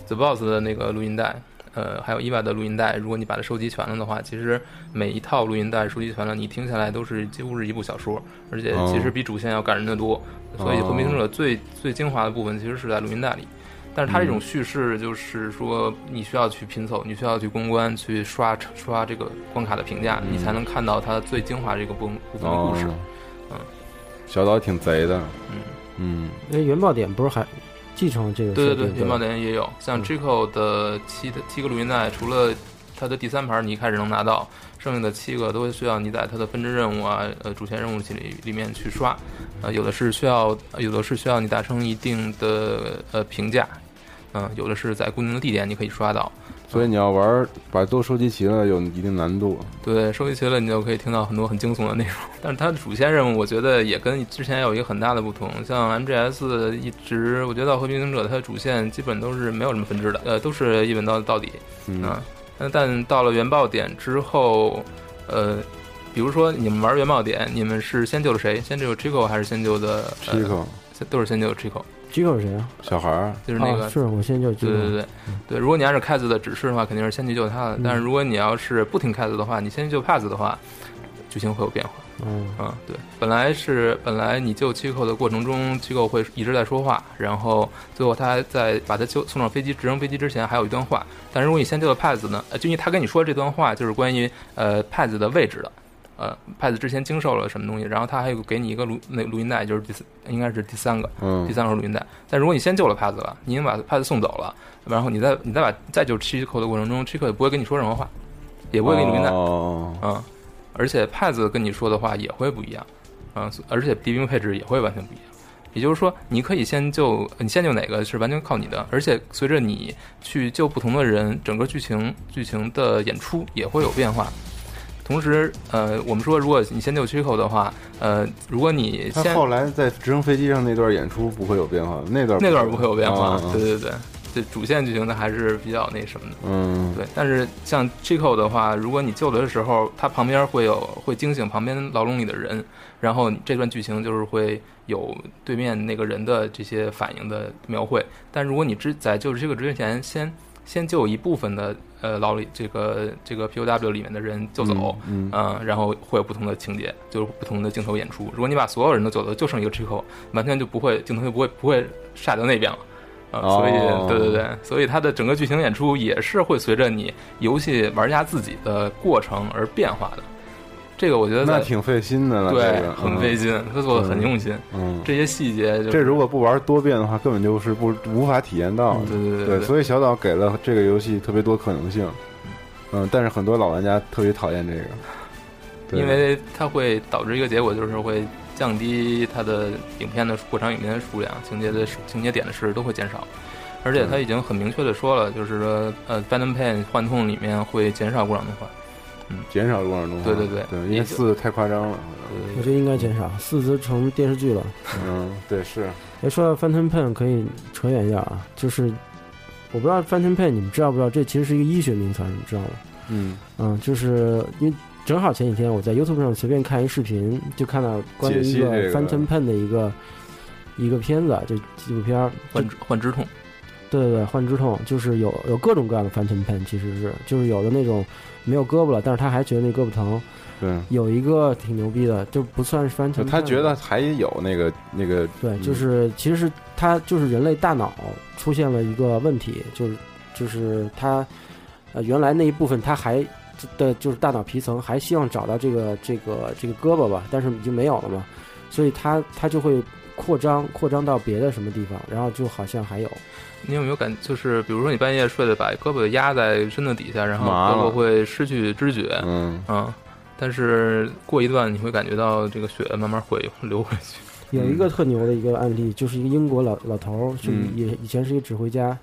The Boss 的那个录音带，呃，还有伊娃的录音带，如果你把它收集全了的话，其实每一套录音带收集全了，你听下来都是几乎是一部小说，而且
哦
其实比主线要感人的多。所以《
哦
和平行者》最最精华的部分其实是在录音带里。但是它这种叙事就是说，你需要去拼凑，你需要去公关，去刷刷这个关卡的评价，你才能看到它最精华这个部分部分的故事
嗯哦。
嗯
小岛挺贼的，
嗯
嗯
因为原爆点不是还继承了这个
对
设
对对，
定
元宝点也有，像 Jico 的七的七个录音带，除了它的第三盘你一开始能拿到，剩下的七个都需要你在它的分支任务啊、呃主线任务里里面去刷，呃，有的是需要，有的是需要你达成一定的呃评价，嗯、有的是在固定的地点你可以刷到，
所以你要玩把都收集齐了，有一定难度。
对，收集齐了，你就可以听到很多很惊悚的内容。 [LAUGHS] 但是它的主线任务，我觉得也跟之前有一个很大的不同。像 MGS 一直，我觉得到和平行者它的主线基本都是没有什么分支的，呃，都是一本道到底。
嗯
啊，那但到了原爆点之后，呃，比如说你们玩原爆点，你们是先救了谁？先救 Chico 还是先救的、呃、
，Chico
都是先救 Chico，
g i o 是谁啊？
小孩儿，
就是那个
啊、是我现在就
对
知道
对对对，如果你按照 Kaz 的指示的话，肯定是先去救他的。但是如果你要是不听 Kaz 的话，你先去救 Paz 的话，剧情会有变化。
嗯
啊，对，本来是本来你救七扣的过程中，七扣会一直在说话，然后最后他在把他救送上飞机直升飞机之前还有一段话，但如果你先救了 Paz 呢，呃，就因为他跟你说这段话就是关于呃 Paz 的位置的。呃，Paz 之前经受了什么东西，然后他还有给你一个录那录音带，就是第四应该是第三个，
嗯
第三首录音带。但如果你先救了 Paz 了，你已经把 Paz 送走了，然后你再你再把再救 Chico 的过程中，Chico 也不会跟你说任何话，也不会给你录音带。
哦
嗯，而且 Paz 跟你说的话也会不一样，嗯，所而且敌兵配置也会完全不一样。也就是说，你可以先救你先救哪个是完全靠你的，而且随着你去救不同的人，整个剧情剧情的演出也会有变化。同时，呃，我们说，如果你先救 Chico 的话，呃，如果你
他
先
后来在直升飞机上那段演出不会有变化，那段
那段不会有变化
啊，
对对对，这主线剧情它还是比较那什么的。
嗯，
对，但是像 Chico 的话，如果你救的时候，他旁边会有会惊醒旁边牢笼里的人，然后你这段剧情就是会有对面那个人的这些反应的描绘。但如果你之在救 Chico 之前，先先救一部分的呃牢里这个这个 POW 里面的人救走，
嗯嗯
呃然后会有不同的情节，就是不同的镜头演出。如果你把所有人都救走，就剩一个 Chico，完全就不会镜头就不会不会晒到那边了。呃，所以、
哦
对对对，所以它的整个剧情演出也是会随着你游戏玩家自己的过程而变化的。这个我觉得在
那挺费心的了，这
对，
个
很费劲，他做的很用心。
嗯，
这些细节、就是，
这如果不玩多遍的话，根本就是不无法体验到的。
对对对
对，
对
所以小岛给了这个游戏特别多可能性。嗯，但是很多老玩家特别讨厌这个，对
因为它会导致一个结果，就是会降低它的影片的过长影片的数量，情节的情节点的事都会减少。而且它已经很明确的说了，就是说，呃，《Phantom Pain》幻痛里面会减少过场动画。
减少多少动画。
对对对
对，因为
也
四太夸张了。
我觉得应该减少，四只成电视剧了。
嗯，对，是
哎，说到 Phantom Pain 可以扯远一点啊，就是我不知道 Phantom Pain 你们知道不知道？这其实是一个医学名词，你们知道吗？
嗯，
嗯，就是因为正好前几天我在 YouTube 上随便看一视频，就看到关于
解析
一个
这个
Phantom Pain 的一个一个片子，就纪录片儿，就
患患肢痛，
对对对，患肢痛就是有有各种各样的 Phantom Pain，其实是就是有的那种没有胳膊了，但是他还觉得那胳膊疼，
对。
有一个挺牛逼的，就不算是 Phantom，
就他
Pain
觉得还有那个那个，
对，
嗯
就是其实是它就是人类大脑出现了一个问题，就是就是它呃原来那一部分它还的就是大脑皮层还希望找到这个这个这个胳膊吧，但是已经没有了嘛，所以它它就会扩张扩张到别的什么地方，然后就好像还有
你有没有感？就是比如说你半夜睡了，把胳膊压在身子底下，然后
麻了
胳膊会失去知觉。
嗯，
嗯，但是过一段你会感觉到这个血慢慢回流回去。
有一个特牛的一个案例，就是一个英国老老头儿，是
嗯
也以前是一个指挥家，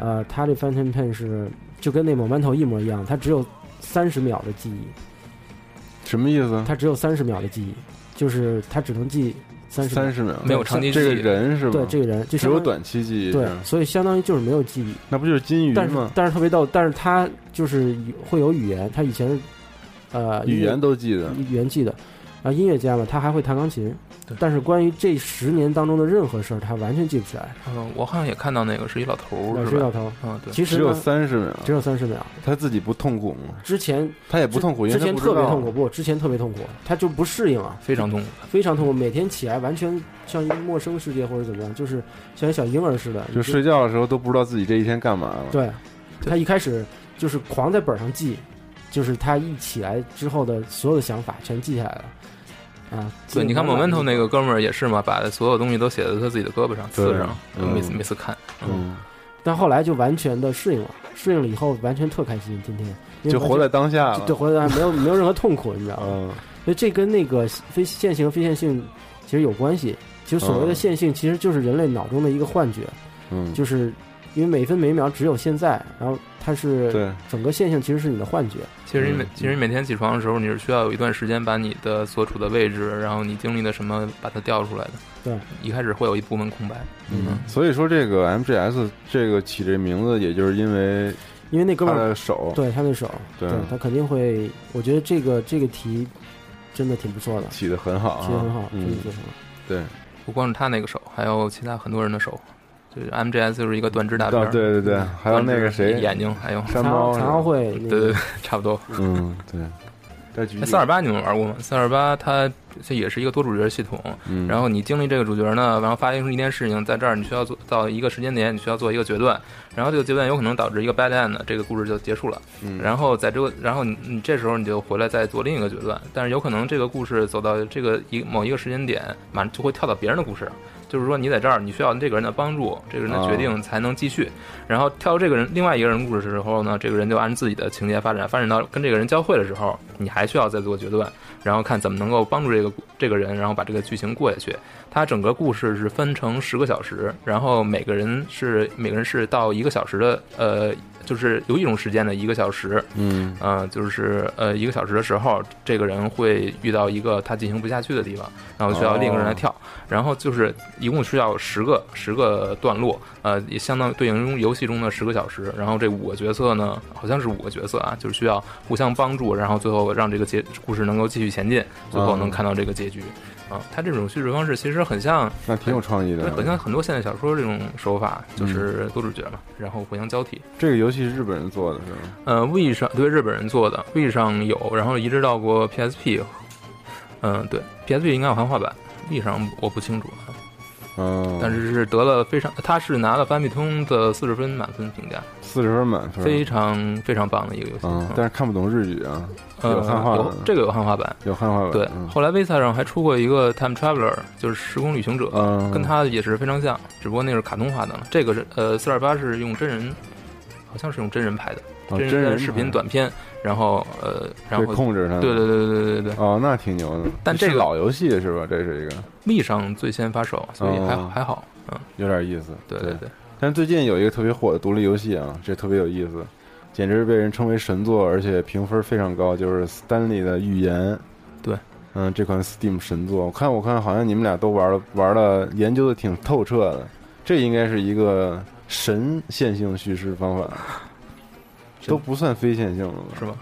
呃，他这 Phantom Pain 是就跟那猛馒头一模一样，他只有三十秒的记忆。
什么意思？
他只有三十秒的记忆，就是他只能记三十
三十秒
没有长期
这个
记忆
人是吧？
对这个人就
只
相当
有
于
短期记忆，
对
是吧，
所以相当于就是没有记忆。
那不就是金鱼
但是
吗？
但是特别逗，但是他就是有会有语言，他以前呃
语言
音
都记得
乐，语言记得，啊音乐家嘛，他还会弹钢琴
对，
但是关于这十年当中的任何事儿，他完全记不起来。
嗯，我好像也看到那个是一老头
老
儿，
师
是吧
老？头，
嗯，对。
其实
只有
呢
三十秒，
只有三十秒，
他自己不痛苦吗？
之前
他也不痛苦，因
之
为他
前
不
特别
知道啊
痛苦，，不，之前特别痛苦，他就不适应啊，
非常痛苦，
非常痛苦，每天起来完全像一个陌生世界或者怎么样，就是像一小婴儿似的，
就睡觉的时候都不知道自己这一天干嘛了。
对，
对
他一开始就是狂在本上记，就是他一起来之后的所有的想法全记下来了。啊，
对，你看 Momento 那
个，
个哥们儿也是嘛，把所有东西都写在他自己的胳膊上、刺
对
上，
嗯
每次每次看，嗯，
嗯，
但后来就完全的适应了，适应了以后完全特开心，天天因为
就
完
活在
全
当下
就就
了。
活在没有没有任何痛苦，你知道吗？
嗯，
所以这跟那个非线性和非线性其实有关系。其实所谓的
嗯
线性，其实就是人类脑中的一个幻觉，
嗯，
就是因为每分每秒只有现在，然后它是
对，
整个现象其实是你的幻觉，
其实你每、
嗯
其实你每天起床的时候，你是需要有一段时间把你的所处的位置，然后你经历了什么，把它调出来的。
对，
一开始会有一部分空白。嗯，
所以说这个 MGS 这个起这名字，也就是因为
因为那哥
他
们儿
的手，
对他那首，
对
他肯定会，我觉得这个这个题真的挺不错的，
起的很好啊，
其实很好，真
嗯
的，做得很好。
对，
不光是他那个手，还有其他很多人的手。就是 MGS 就是一个断肢大片
哦
儿，，嗯
对对对，还有那个谁，
眼睛，还有
山
残奥
猫，
残奥，会那
对对
个
对，差不多。
嗯，对，再举几个
三哎二八你们玩过吗？三二八它这也是一个多主角系统，
嗯
然后你经历这个主角呢，然后发生一件事情，在这儿你需要做到一个时间点，你需要做一个决断，然后这个决断有可能导致一个 bad end，这个故事就结束了。
嗯
然后在这个，然后你你这时候你就回来再做另一个决断，但是有可能这个故事走到这个一某一个时间点，马上就会跳到别人的故事。就是说，你在这儿，你需要这个人的帮助，这个人的决定才能继续。嗯然后跳到这个人另外一个人故事的时候呢，这个人就按自己的情节发展，发展到跟这个人交汇的时候，你还需要再做决断，然后看怎么能够帮助这个这个人，然后把这个剧情过下去。它整个故事是分成十个小时，然后每个人是每个人是到一个小时的，呃，就是有一种时间的一个小时，
嗯
呃，就是呃一个小时的时候，这个人会遇到一个他进行不下去的地方，然后需要另一个人来跳，然后就是一共需要十个十个段落，呃，也相当于对应游戏中的十个小时。然后这五个角色呢，好像是五个角色啊，就是需要互相帮助，然后最后让这个结故事能够继续前进，最后能看到这个结局。啊，他这种叙事方式其实很像，
那挺有创意
对，
的。
很像很多现代小说这种手法，就是多主角嘛，然后互相交替。
这个游戏是日本人做的是吧？
呃，We 上对日本人做的，We 上有，然后移植到过 PSP，嗯、对，PSP 应该有汉化版，We 上我不清楚，啊
嗯，
但是是得了非常，他是拿了翻米通的四十分满分评价，
四十分满分，
非常非常棒的一个游戏。
嗯，但是看不懂日语啊，
呃
有汉化
有
版，
这个有汉化版，
有汉化版，
对，
嗯
后来 Vita 上还出过一个 Time Traveler，就是时空旅行者，
嗯
跟它也是非常像，只不过那是卡通化的了。这个是呃四二八是用真人，好像是用真人拍的，
哦
真
真人
的视
拍
频短片，然后呃然
对
后
控制它，
对对对对对对对。
嗯哦，那挺牛的。
但这个
是老游戏是吧？这是一个
V 上最先发售，所以还、
哦
还好，嗯，
有点意思。
对
对
对。
但最近有一个特别火的独立游戏啊，这特别有意思，简直被人称为神作，而且评分非常高，就是《Stanley 的预言》。
对，
嗯，这款 Steam 神作，我看我看好像你们俩都玩了，玩了，研究的挺透彻的。这应该是一个神线性叙事
[LAUGHS]
方法，都不算非线性了吧？
是吗？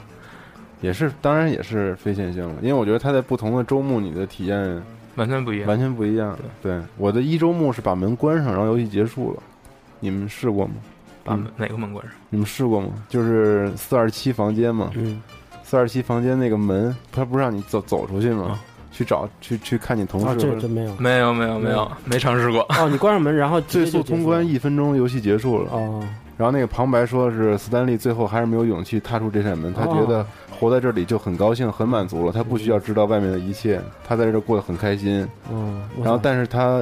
也是，当然也是非线性了，因为我觉得它在不同的周目你的体验
完全不一样。
完全不一样。对，我的一周目是把门关上，然后游戏结束了。你们试过吗？
把门哪个门关上？
你们试过吗？就是四二七房间嘛，
嗯，
四二七房间那个门，它不是让你走走出去吗？去找去去看你同
啊，
事
这
或者。
真
[LAUGHS]
没有。
没有没有
没
没
有
嗯
有，没尝试过。 [LAUGHS]
哦，你关上门，然后
最
最
速通关一分钟，游戏结束了。
哦，
然后那个旁白说是斯丹利最后还是没有勇气踏出这扇门，他觉得活在这里就很高兴、很满足了，他不需要知道外面的一切，他在这过得很开心。
哦，
然后，但是他，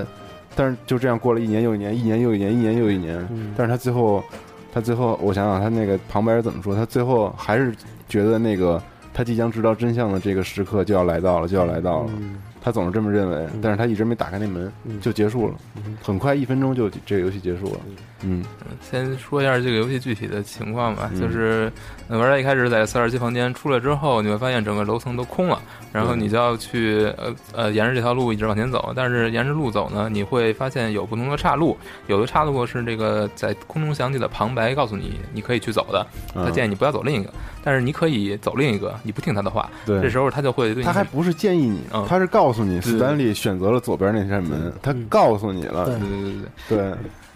但是就这样过了一年又一年，一年又一年，一年又一年。
嗯
但是他最后，他最后，我想想，他那个旁白是怎么说？他最后还是觉得那个他即将知道真相的这个时刻就要来到了，就要来到了。
嗯
他总是这么认为，
嗯
但是他一直没打开那门，
嗯
就结束了。很快，一分钟就这个游戏结束了。嗯
先说一下这个游戏具体的情况吧，
嗯
就是呃玩家一开始在四二七房间出来之后，你会发现整个楼层都空了，然后
对
你就要去呃呃沿着这条路一直往前走，但是沿着路走呢，你会发现有不同的岔路，有的岔路是这个在空中响起的旁白告诉你你可以去走的，
嗯
他建议你不要走另一个，但是你可以走另一个，你不听他的话，
对
这时候他就会对你
他还不是建议你，
嗯
他是告诉你，
对
斯丹利选择了左边那扇门，他告诉你了
对。
对对对对对。
对，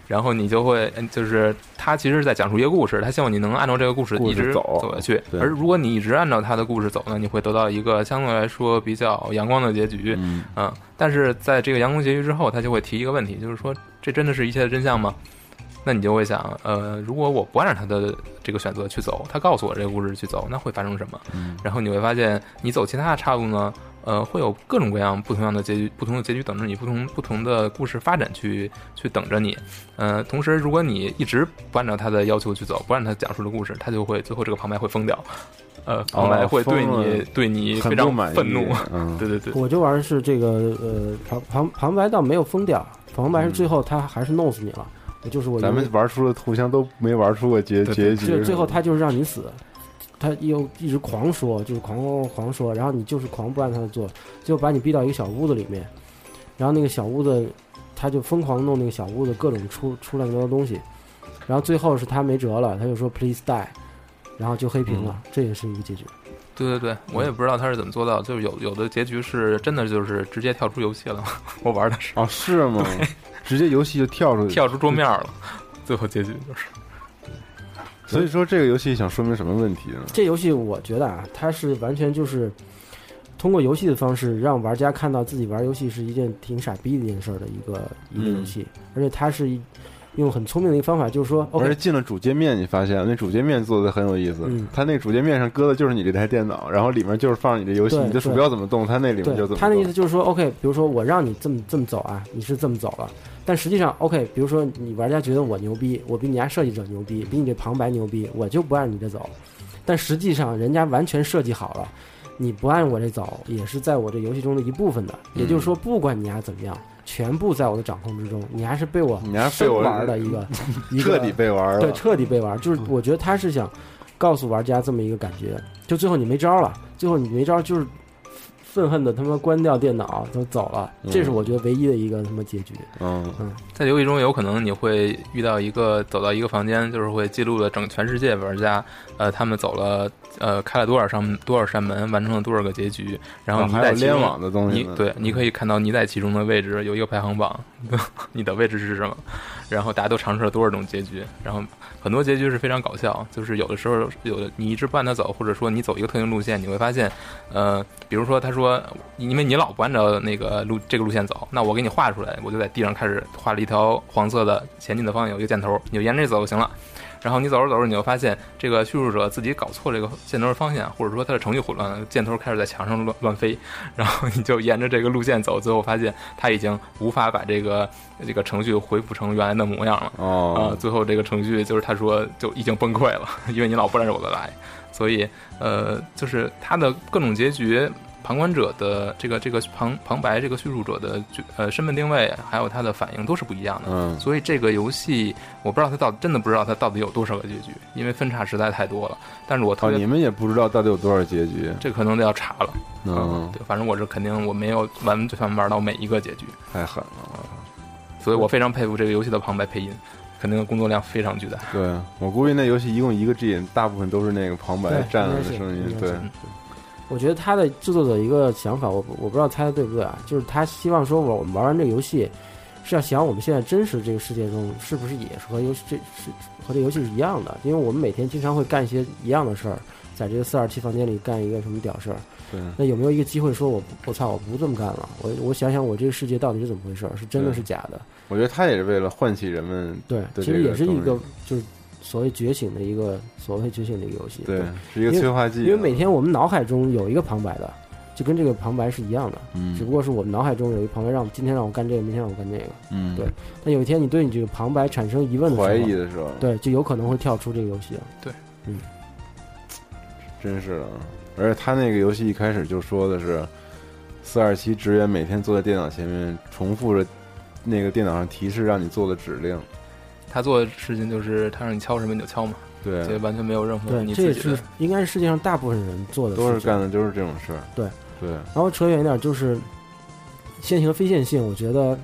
然后你就会，嗯就是他其实是在讲述一个故事，他希望你能按照这个故事
故
一
事
直
走
走下去。
对
而如果你一直按照他的故事走呢，你会得到一个相对来说比较阳光的结局。
嗯
嗯，但是在这个阳光结局之后，他就会提一个问题，就是说这真的是一切的真相吗？那你就会想，呃，如果我不按照他的这个选择去走，他告诉我这个故事去走，那会发生什么？
嗯
然后你会发现，你走其他的岔路呢，呃，会有各种各样不同样的结局，不同的结局等着你，不同不同的故事发展去去等着你。呃，同时，如果你一直不按照他的要求去走，不按他讲述的故事，他就会最后这个旁白会疯掉，呃，旁白会对
哦疯
你、
了
对你
很
非
不
常
满意。
愤怒。 [LAUGHS]
嗯，
对对对，
我这玩意儿是这个呃旁旁旁白倒没有封掉，旁白是最后他还是弄死你了，就是我
嗯咱们玩出了互相都没玩出过结
对
结
对
局，
就是最后他就是让你死，他又一直狂说，就是狂狂狂说，然后你就是狂不按他的做，最后把你逼到一个小屋子里面，然后那个小屋子他就疯狂弄那个小屋子各种出出乱七八糟东西，然后最后是他没辙了，他就说 please die，然后就黑屏了，这也是一个结局。
对对对，我也不知道他是怎么做到，就是有有的结局是真的就是直接跳出游戏了， [LAUGHS] 我玩的是
哦，是吗？直接游戏就跳出去，
跳出桌面了，最后结局就是
所以说这个游戏想说明什么问题呢？
这游戏我觉得啊，它是完全就是通过游戏的方式让玩家看到自己玩游戏是一件挺傻逼的一件事儿的一个一个游戏，而且它是一用很聪明的一个方法，就是说
而且
，OK，
进了主界面，你发现那主界面做的很有意思。
嗯
它那个主界面上搁的就是你这台电脑，然后里面就是放你这游戏，
对
你的鼠标怎么动，它那里面就怎
对，
么动。
他的意思就是说，OK，比如说我让你这么这么走啊，你是这么走了，但实际上，OK，比如说你玩家觉得我牛逼，我比你家设计者牛逼，比你这旁白牛逼，我就不按你这走，但实际上人家完全设计好了，你不按我这走也是在我这游戏中的一部分的，也就是
嗯
说，不管你家怎么样，全部在我的掌控之中，你还是被我
你还是被我
生玩的一
[LAUGHS]
个一个
彻底被玩了。嗯
对，彻底被玩儿。就是我觉得他是想告诉玩家这么一个感觉，就最后你没招儿了，最后你没招儿就是愤恨的他妈关掉电脑都走了，这是我觉得唯一的一个他妈结局。
嗯，
在游戏中有可能你会遇到一个走到一个房间，就是会记录了整全世界玩家，呃，他们走了呃开了多少扇多少扇门，完成了多少个结局，然后
哦
你
还
在
有
其中
联网的东西
你
呢嗯
对，你可以看到你在其中的位置有一个排行榜， [LAUGHS] 你的位置是什么，然后大家都尝试了多少种结局，然后很多结局是非常搞笑，就是有的时候有的你一直不按他走，或者说你走一个特定路线，你会发现，呃，比如说他说因为你老不按照那个路这个路线走，那我给你画出来，我就在地上开始画了一条黄色的前进的方向有一个箭头，你就沿着这走就行了。然后你走着走着，你就发现这个叙述者自己搞错这个箭头的方向，或者说他的程序混乱了，箭头开始在墙上乱乱飞，然后你就沿着这个路线走，最后发现他已经无法把这个这个程序恢复成原来的模样了。啊、
哦，
最后这个程序就是他说就已经崩溃了， [LAUGHS] 因为你老不按着我的来，所以呃，就是他的各种结局，旁观者的这个这个旁旁白这个叙述者的角呃身份定位，还有他的反应都是不一样
啊
的。
嗯
所以这个游戏我不知道它到真的不知道它到底有多少个结局，因为分叉实在太多了。但是我特
哦，
别、
你们也不知道到底有多少结局。
这可能得要查了。
嗯，
对，反正我是肯定我没有完全玩到每一个结局，
太狠了。
所以我非常佩服这个游戏的旁白配音，肯定工作量非常巨大。
对我估计那游戏一共一个 G，大部分都是那个旁白
对
站着
应该
的
是
声
应
音
该。
对
是，我觉得他的制作者一个想法，我不我不知道猜的对不对啊，就是他希望说我我们玩完这个游戏。是要想我们现在真实这个世界中是不是也是和游戏这是和这游戏是一样的？因为我们每天经常会干一些一样的事儿，在这个四二七房间里干一个什么屌事儿，
对，
那有没有一个机会说我不我操我不这么干了？我我想想我这个世界到底是怎么回事儿？是真的
对
是假的？
我觉得他也是为了唤起人们
对，
对
其
这
实
个
也是一
东
个
西
就是所谓觉醒的一个所谓觉醒的一个游戏。
对，是一个催化剂。啊
因为每天我们脑海中有一个旁白的，就跟这个旁白是一样的，
嗯
只不过是我们脑海中有一个旁白，让我今天让我干这个，明天让我干那个。
嗯
对但有一天你对你这个旁白产生疑问的时候，
怀疑的时候，
对，就有可能会跳出这个游戏了。
真是的啊。而且他那个游戏一开始就说的是，四二七职员每天坐在电脑前面，重复着那个电脑上提示让你做的指令。
他做的事情就是他让你敲什么你就敲嘛，
对，
这完全没有任何
对，
你
这也
自己
是
的。
应该是世界上大部分人做的事
都
情。
是干的就是这种事儿。
对
对，
然后扯远一点，就是线性和非线性，我觉得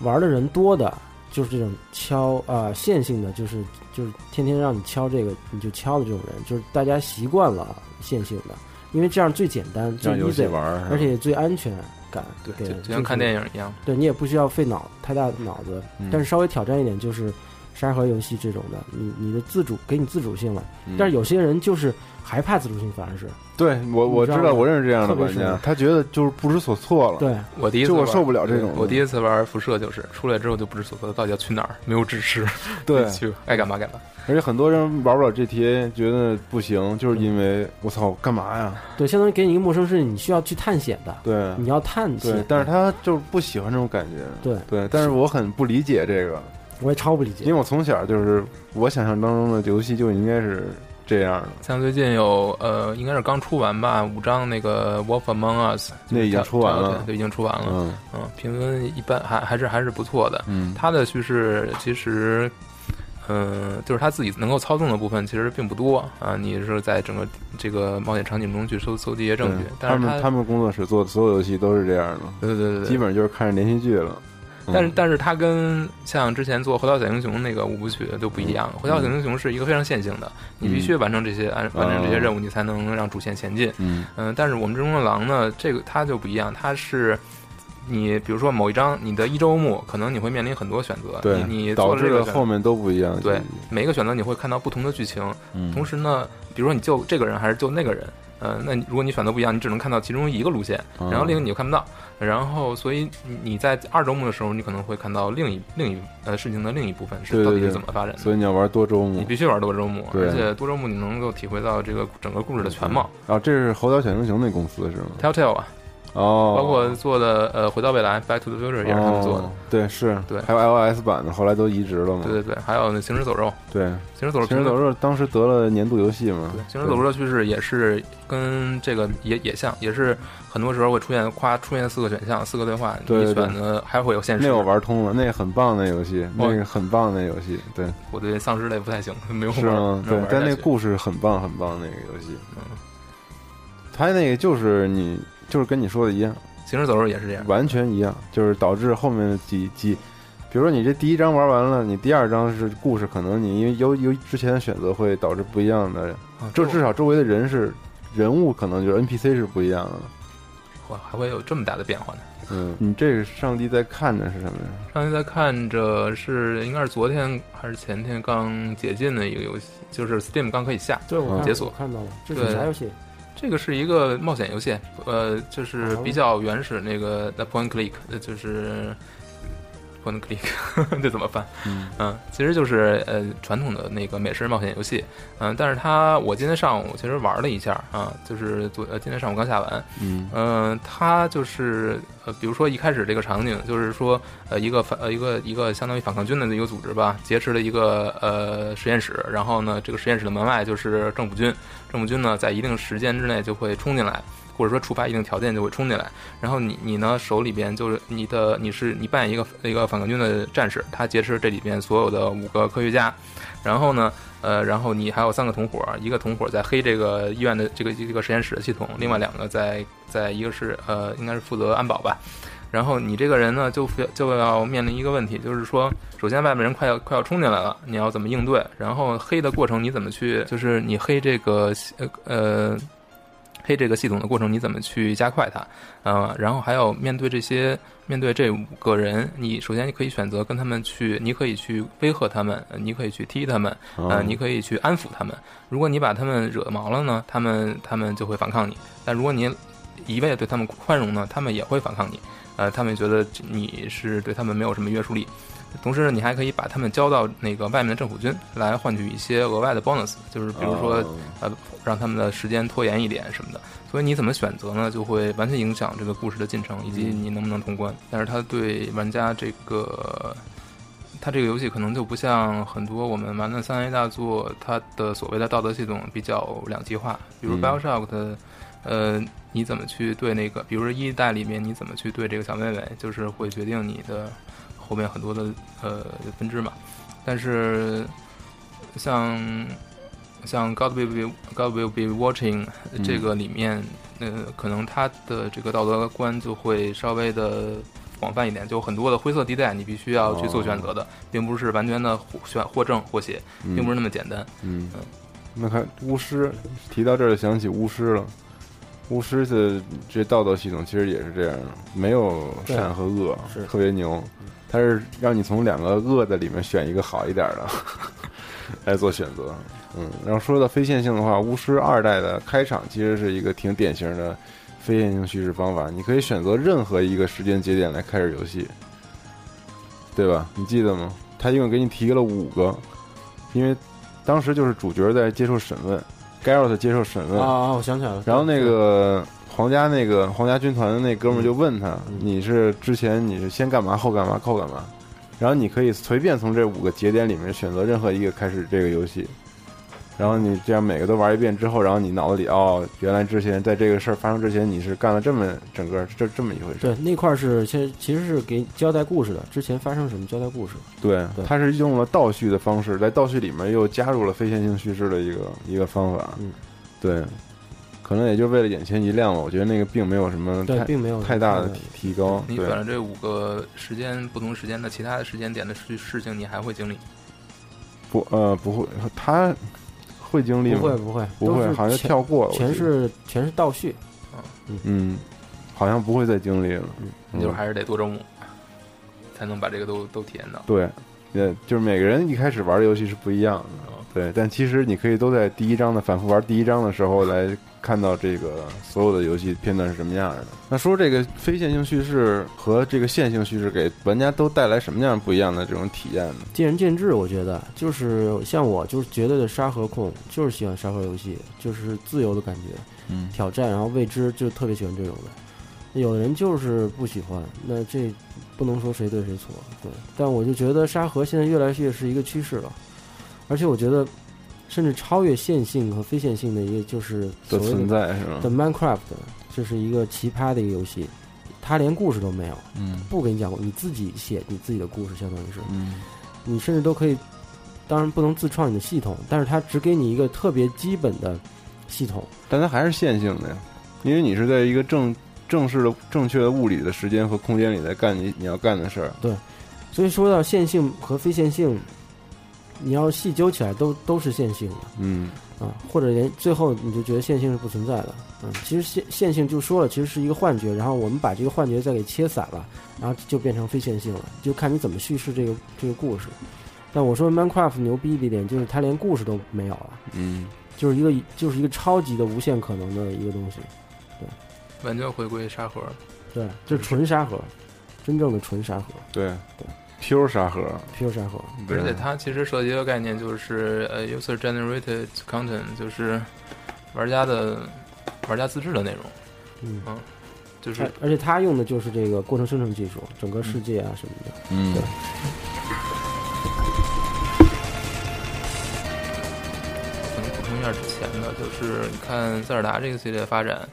玩的人多的，就是这种敲啊、呃线性的，就是就是天天让你敲这个你就敲的这种人，就是大家习惯了线性的，因为这样最简单、最
让游戏
easy，
玩儿，
而且也最安全感。
嗯对，
对
就就像看电影一样，
对你也不需要费脑太大的脑子，
嗯
但是稍微挑战一点就是沙盒游戏这种的，你你的自主给你自主性了，
嗯
但是
有
有些人就是害怕自主性，反而是
嗯对我我知
你知
道
道
我认识这样的
特别
玩
是
家，他觉得就是不知所措了。
对。
我第一次
就我
玩
受不了这种
我第一次玩辐射就是出来之后就不知所措，到底要去哪儿，没有指示，
对
自己 [LAUGHS] 去爱干嘛干嘛。
而且很多人玩不了 GTA，觉得不行，
嗯
就是因为我操，干嘛呀？
对，相当于给你一个陌生世界，你需要去探险的，
嗯
对
你要探
对
险。，
但是他就是不喜欢这种感觉。
对
对，但是我很不理解这个，
我也超不理解
因为。我从小就是我想象当中的游戏就应该是这样的，
像最近有呃，应该是刚出完吧，五张那个《Wolf Among Us》，
那已经出完了
对，已经出完了。
嗯
嗯，评分一般，还还是还是不错的。
嗯，
它的叙事其实，嗯、就是他自己能够操纵的部分其实并不多啊。你是在整个这个冒险场景中去搜搜集一些证据
对，
但
他
是
们他们工作室做的所有游戏都是这样的，
对对对对，
基本上就是看着连续剧了。嗯
但是，但是它跟像之前做《核桃小英雄》那个五部曲就不一
嗯
样，核桃小英雄》是一个非常线性的，你必须完成这些按完成这
哦
些任务，你才能让主线前进。
嗯
嗯、但是我们之中的狼呢，这个它就不一样，它是你比如说某一张你的一周目，可能你会面临很多选择，
对，
呃你你
导
做了
致
这个
了
选择
后面都不一样。
对，每一个选择你会看到不同的剧情，
嗯
同时呢，比如说你救这个人还是救那个人，呃，那你如果你选择不一样，你只能看到其中一个路线，
嗯
然后另一个你就看不到，然后所以你你在二周目的时候，你可能会看到另一另一呃事情的另一部分
对
是到
对
底
对，
是怎么发展的，
所以你要玩多周
你
目。
必须玩多周目，
对
而且多周目你能够体会到这个整个故事的全貌。
啊，这是《猴岛小英雄》那公司是吗？
Telltale 啊，
哦，
包括做的呃《回到未来》（Back to the Future） 也是他们做的
哦，对，是，
对
还有 iOS 版的，后来都移植了嘛。
对对对，还有那《行尸走肉》。
对，
行尸走肉
行尸走肉当时得了年度游戏嘛。
行尸走肉的趋势也是跟这个也也像，也是很多时候会出现夸出现四个选项，四个对话，
对对
你
对
选的还会有限时。
那我玩通了，那很棒的游戏，
哦
那个很棒的游戏，对，
我对丧尸类不太行，没有玩
是吗？
没有
对
玩，
但
下
那
去嗯
故事很棒，很棒，那个游戏，它那个就是你就是跟你说的一样，
行尸走肉也是这样。
完全一样，就是导致后面几几，比如说你这第一章玩完了，你第二章是故事，可能你因为由由于之前的选择会导致不一样的，
嗯
就至少周围的人是人物，可能就是 NPC 是不一样的。
哇，还会有这么大的变化呢。
嗯，你这个上帝在看的是什么呀？
上次在看着是应该是昨天还是前天刚解禁的一个游戏，就是 Steam 刚可以下，
对我看
嗯解锁
我看到了这
对，
是啥游戏？
这个是一个冒险游戏，呃，
哦
就是比较原始那个那 point click，呃，就是 point click，这怎 [LAUGHS] 么翻？
嗯
其实就是呃传统的那个美式冒险游戏，嗯、但是它我今天上午其实玩了一下啊、就是昨呃今天上午刚下完，
嗯
嗯，它就是呃，比如说一开始这个场景，就是说呃，一个反呃一个一个相当于反抗军的一个组织吧，劫持了一个呃实验室，然后呢，这个实验室的门外就是政府军，政府军呢在一定时间之内就会冲进来，或者说触发一定条件就会冲进来，然后你你呢手里边就是你的你是你扮演一个一个反抗军的战士，他劫持这里边所有的五个科学家，然后呢。呃，然后你还有三个同伙，一个同伙在黑这个医院的这个这个实验室的系统，另外两个在在一个是呃应该是负责安保吧。然后你这个人呢，就非就要面临一个问题，就是说，首先外面人快要快要冲进来了，你要怎么应对？然后黑的过程你怎么去？就是你黑这个呃呃黑这个系统的过程你怎么去加快它？呃，然后还有面对这些面对这五个人，你首先你可以选择跟他们去，你可以去威吓他们，呃你可以去踢他们，
哦
呃，你可以去安抚他们。如果你把他们惹毛了呢，他们他们就会反抗你；但如果你一味的对他们宽容呢，他们也会反抗你。呃，他们觉得你是对他们没有什么约束力。同时呢，你还可以把他们交到那个外面的政府军来换取一些额外的 bonus，就是比如说、
哦
呃让他们的时间拖延一点什么的。所以你怎么选择呢，就会完全影响这个故事的进程以及你能不能通关。但是它对玩家这个它这个游戏可能就不像很多我们玩的三 A 大作，它的所谓的道德系统比较两极化。比如
嗯
BioShock 的，呃，你怎么去对那个，比如说一代里面你怎么去对这个小妹妹，就是会决定你的后面很多的呃分支嘛。但是像像 God will be God will be watching
嗯
这个里面，呃，可能它的这个道德观就会稍微的广泛一点，就很多的灰色地带，你必须要去做选择的，并不是完全的或选或正或邪，
哦嗯
并不是那么简单。
嗯，那看巫师，提到这儿就想起巫师了。巫师的这道德系统其实也是这样的，没有善和恶，
是嗯
特别牛。它是让你从两个恶的里面选一个好一点
[LAUGHS]
的来做选择。嗯，然后说到非线性的话，巫师二代的开场其实是一个挺典型的非线性叙事方法，你可以选择任何一个时间节点来开始游戏，对吧？你记得吗？他一共给你提了五个，因为当时就是主角在接受审问，Garrett 接受审问
啊啊！我想起来了。
嗯然后那个皇家那个皇家军团的那哥们儿就问他：“
嗯
你是之前你是先干嘛后干嘛后干嘛？”然后你可以随便从这五个节点里面选择任何一个开始这个游戏，然后你这样每个都玩一遍之后，然后你脑子里哦，原来之前在这个事儿发生之前你是干了这么整个这这么一回事
对，那块儿是其实其实是给交代故事的，之前发生什么交代故事。
对，
对
它是用了倒叙的方式，在倒叙里面又加入了非线性叙事的一个一个方法。
嗯，
对，可能也就为了眼前一亮吧。我觉得那个并没有什
嗯
么
对
太
并没有
嗯太大
太
的
大的
提提高。
你
对
选了这五个时间不同时间的其他的时间点的事事情，你还会经历。
不呃不会，他会经历吗？
不会不会
不
都
会，
是
好像就
前
跳过了。我
全
记得
是全是倒叙，
嗯，好像不会再经历了，嗯
就是还是得多周目，才能把这个都都体验到。
对，呃，就是每个人一开始玩的游戏是不一样的，对，但其实你可以都在第一章的反复玩第一章的时候来看到这个所有的游戏片段是什么样的。那说这个非线性叙事和这个线性叙事给玩家都带来什么样不一样的这种体验呢？
见仁见智，我觉得就是像我就是绝对的沙盒控，就是喜欢沙盒游戏，就是自由的感觉，
嗯
挑战，然后未知，就特别喜欢这种的。那有的人就是不喜欢，那这不能说谁对谁错，对。但我就觉得沙盒现在越来越是一个趋势了，而且我觉得甚至超越线性和非线性的一个就是所
的
谓
存在是
的
吗？
Minecraft，这是一个奇葩的一个游戏，它连故事都没有，
嗯
不给你讲过，你自己写你自己的故事，相当于是，
嗯
你甚至都可以，当然不能自创你的系统，但是它只给你一个特别基本的系统，
但它还是线性的呀，因为你是在一个正正式的、正确的物理的时间和空间里在干你你要干的事儿。
所以说到线性和非线性，你要细究起来都都是线性的
嗯
啊，或者连最后你就觉得线性是不存在的。嗯，其实线线性就说了，其实是一个幻觉，然后我们把这个幻觉再给切散了，然后就变成非线性了，就看你怎么叙事这个这个故事。但我说 Minecraft 牛逼的一点就是它连故事都没有了，
嗯，
就是一个就是一个超级的无限可能的一个东西，
完全回归沙盒，
对，这纯沙盒，真正的纯沙盒
对
对
，Q 沙盒，
，pure 沙盒，
对
而且它其实涉及一个概念，就是呃，user generated content，就是玩家的玩家自制的内容，
嗯。
就是
而而且他用的就是这个过程生成技术，整个世界啊什么的。
嗯
对
可能补充一下之前的，就是你看塞尔达这个系列发展，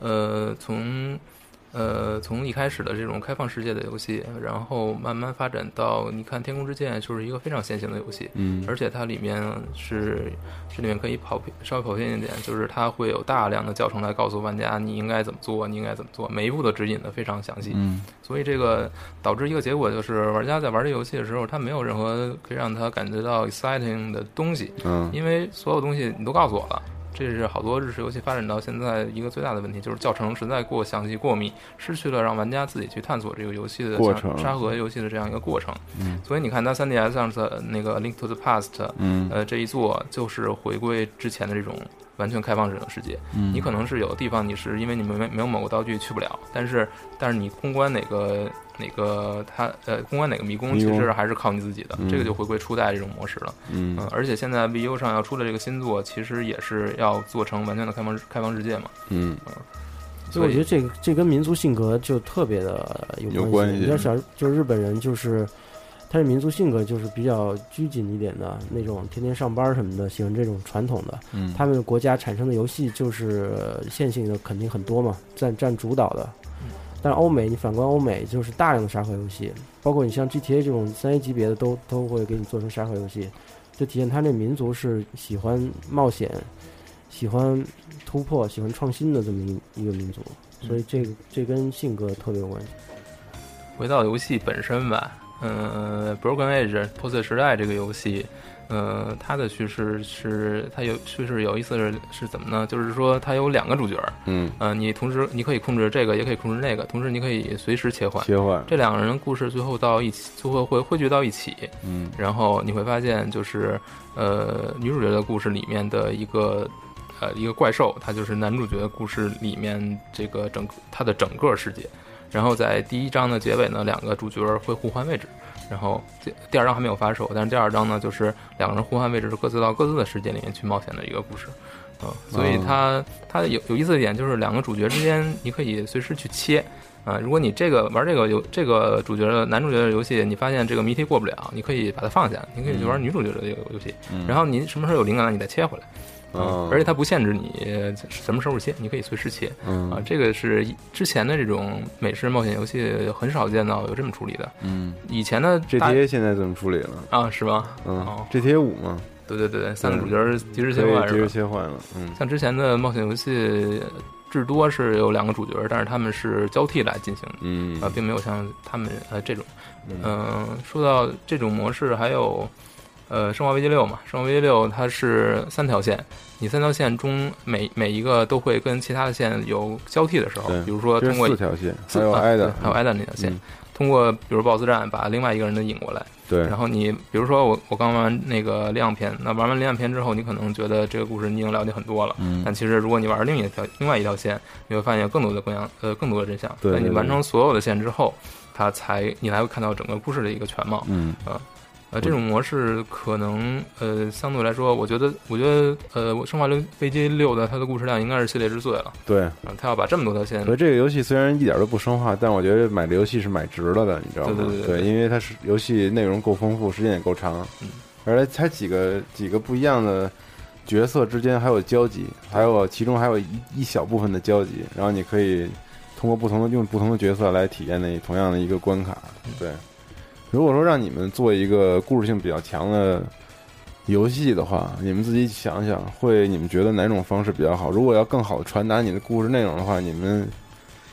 呃，从呃从一开始的这种开放世界的游戏，然后慢慢发展到你看《天空之剑》就是一个非常线性的游戏，
嗯
而且它里面是这里面可以跑偏稍微跑偏一点，就是它会有大量的教程来告诉玩家你应该怎么做，你应该怎么做，每一步都指引的非常详细，
嗯
所以这个导致一个结果就是玩家在玩这游戏的时候，他没有任何可以让他感觉到 exciting 的东西。
嗯
因为所有东西你都告诉我了。这是好多日式游戏发展到现在一个最大的问题，就是教程实在过详细、过密，失去了让玩家自己去探索这个游戏的
过
像
程
沙盒游戏的这样一个过程。
嗯
所以你看，它 3DS 上的那个《Link to the Past》，
嗯
呃，这一做就是回归之前的这种完全开放式的世界。
嗯
你可能是有地方你是因为你没没有某个道具去不了，但是但是你通关哪个哪个它呃通关哪个迷宫，
迷
其
宫
实还是靠你自己的，
嗯
这个就回归初代这种模式了。
嗯
嗯，而且现在 VU 上要出的这个新作，其实也是要做成完全的开放开放世界嘛。
嗯
所以我觉得这个这跟民族性格就特别的有
有
关
关系
你要想，就是日本人就是。他的民族性格就是比较拘谨一点的那种，天天上班什么的，喜欢这种传统的。
嗯
他们国家产生的游戏就是呃线性的，肯定很多嘛，占占主导的。但是欧美，你反观欧美，就是大量的沙盒游戏，包括你像 GTA 这种三 A 级别的都，都会给你做成沙盒游戏，就体现他这民族是喜欢冒险、喜欢突破、喜欢创新的这么一一个民族，所以这个这跟性格特别有关系。
回到游戏本身吧，呃，Broken Age 破碎时代这个游戏，呃，它的叙事是它有叙事有意思是是怎么呢？就是说它有两个主角，
嗯，
呃，你同时你可以控制这个，也可以控制那个，同时你可以随时切换。
切换，
这两个人故事最后到一起，最后会汇聚到一起，
嗯
然后你会发现，就是呃，女主角的故事里面的一个呃一个怪兽，它就是男主角的故事里面这个整它的整个世界。然后在第一章的结尾呢，两个主角会互换位置。然后这第二章还没有发售，但是第二章呢，就是两个人互换位置，各自到各自的世界里面去冒险的一个故事。嗯，所以它它有有意思的点就是两个主角之间，你可以随时去切。啊，如果你这个玩这个游这个主角的男主角的游戏，你发现这个谜题过不了，你可以把它放下，你可以去玩女主角的这个游戏。
嗯
然后你什么时候有灵感了，你再切回来。啊
哦
而且它不限制你什么时候切，你可以随时切。啊
嗯，
这个是一之前的这种美式冒险游戏很少见到有这么处理的。
嗯
以前的大
，GTA 现在怎么处理了？
啊是吗？
嗯
哦
，GTA 五嘛，
对对对，三个主角及时
可
切换
以及
是吧
时？切换了，嗯
像之前的冒险游戏，至多是有两个主角，但是他们是交替来进行的。啊
嗯
呃啊，并没有像他们呃这种，嗯、说到这种模式，还有呃，《生化危机六》嘛，《生化危机六》它是三条线，你三条线中每每一个都会跟其他的线有交替的时候
对，
比如说
这
通
是
过
四条线，
四
还有
啊
挨的
对，还有艾达那条线
嗯，
通过比如 BOSS 战把另外一个人的引过来，
对，
然后你比如说我我刚玩完那个亮片，那玩完亮片之后，你可能觉得这个故事你已经了解很多了，
嗯
但其实如果你玩另一条另外一条线，你会发现有更多的各样呃更多的真相。
对对
在你
对
完成所有的线之后，它才你才会看到整个故事的一个全貌。
嗯
啊。呃，这种模式可能呃，相对来说，我觉得，我觉得呃，《生化危机六》的它的故事量应该是系列之最了。
对。
啊它要把这么多条线
所以这个游戏虽然一点都不生化，但我觉得买这游戏是买值了的，你知道吗？
对对对嗯对
因为它是游戏内容够丰富，时间也够长，而且它几个几个不一样的角色之间还有交集，还有其中还有一一小部分的交集，然后你可以通过不同的用不同的角色来体验那同样的一个关卡。
嗯
对，如果说让你们做一个故事性比较强的游戏的话，你们自己想想，会你们觉得哪种方式比较好？如果要更好的传达你的故事内容的话，你们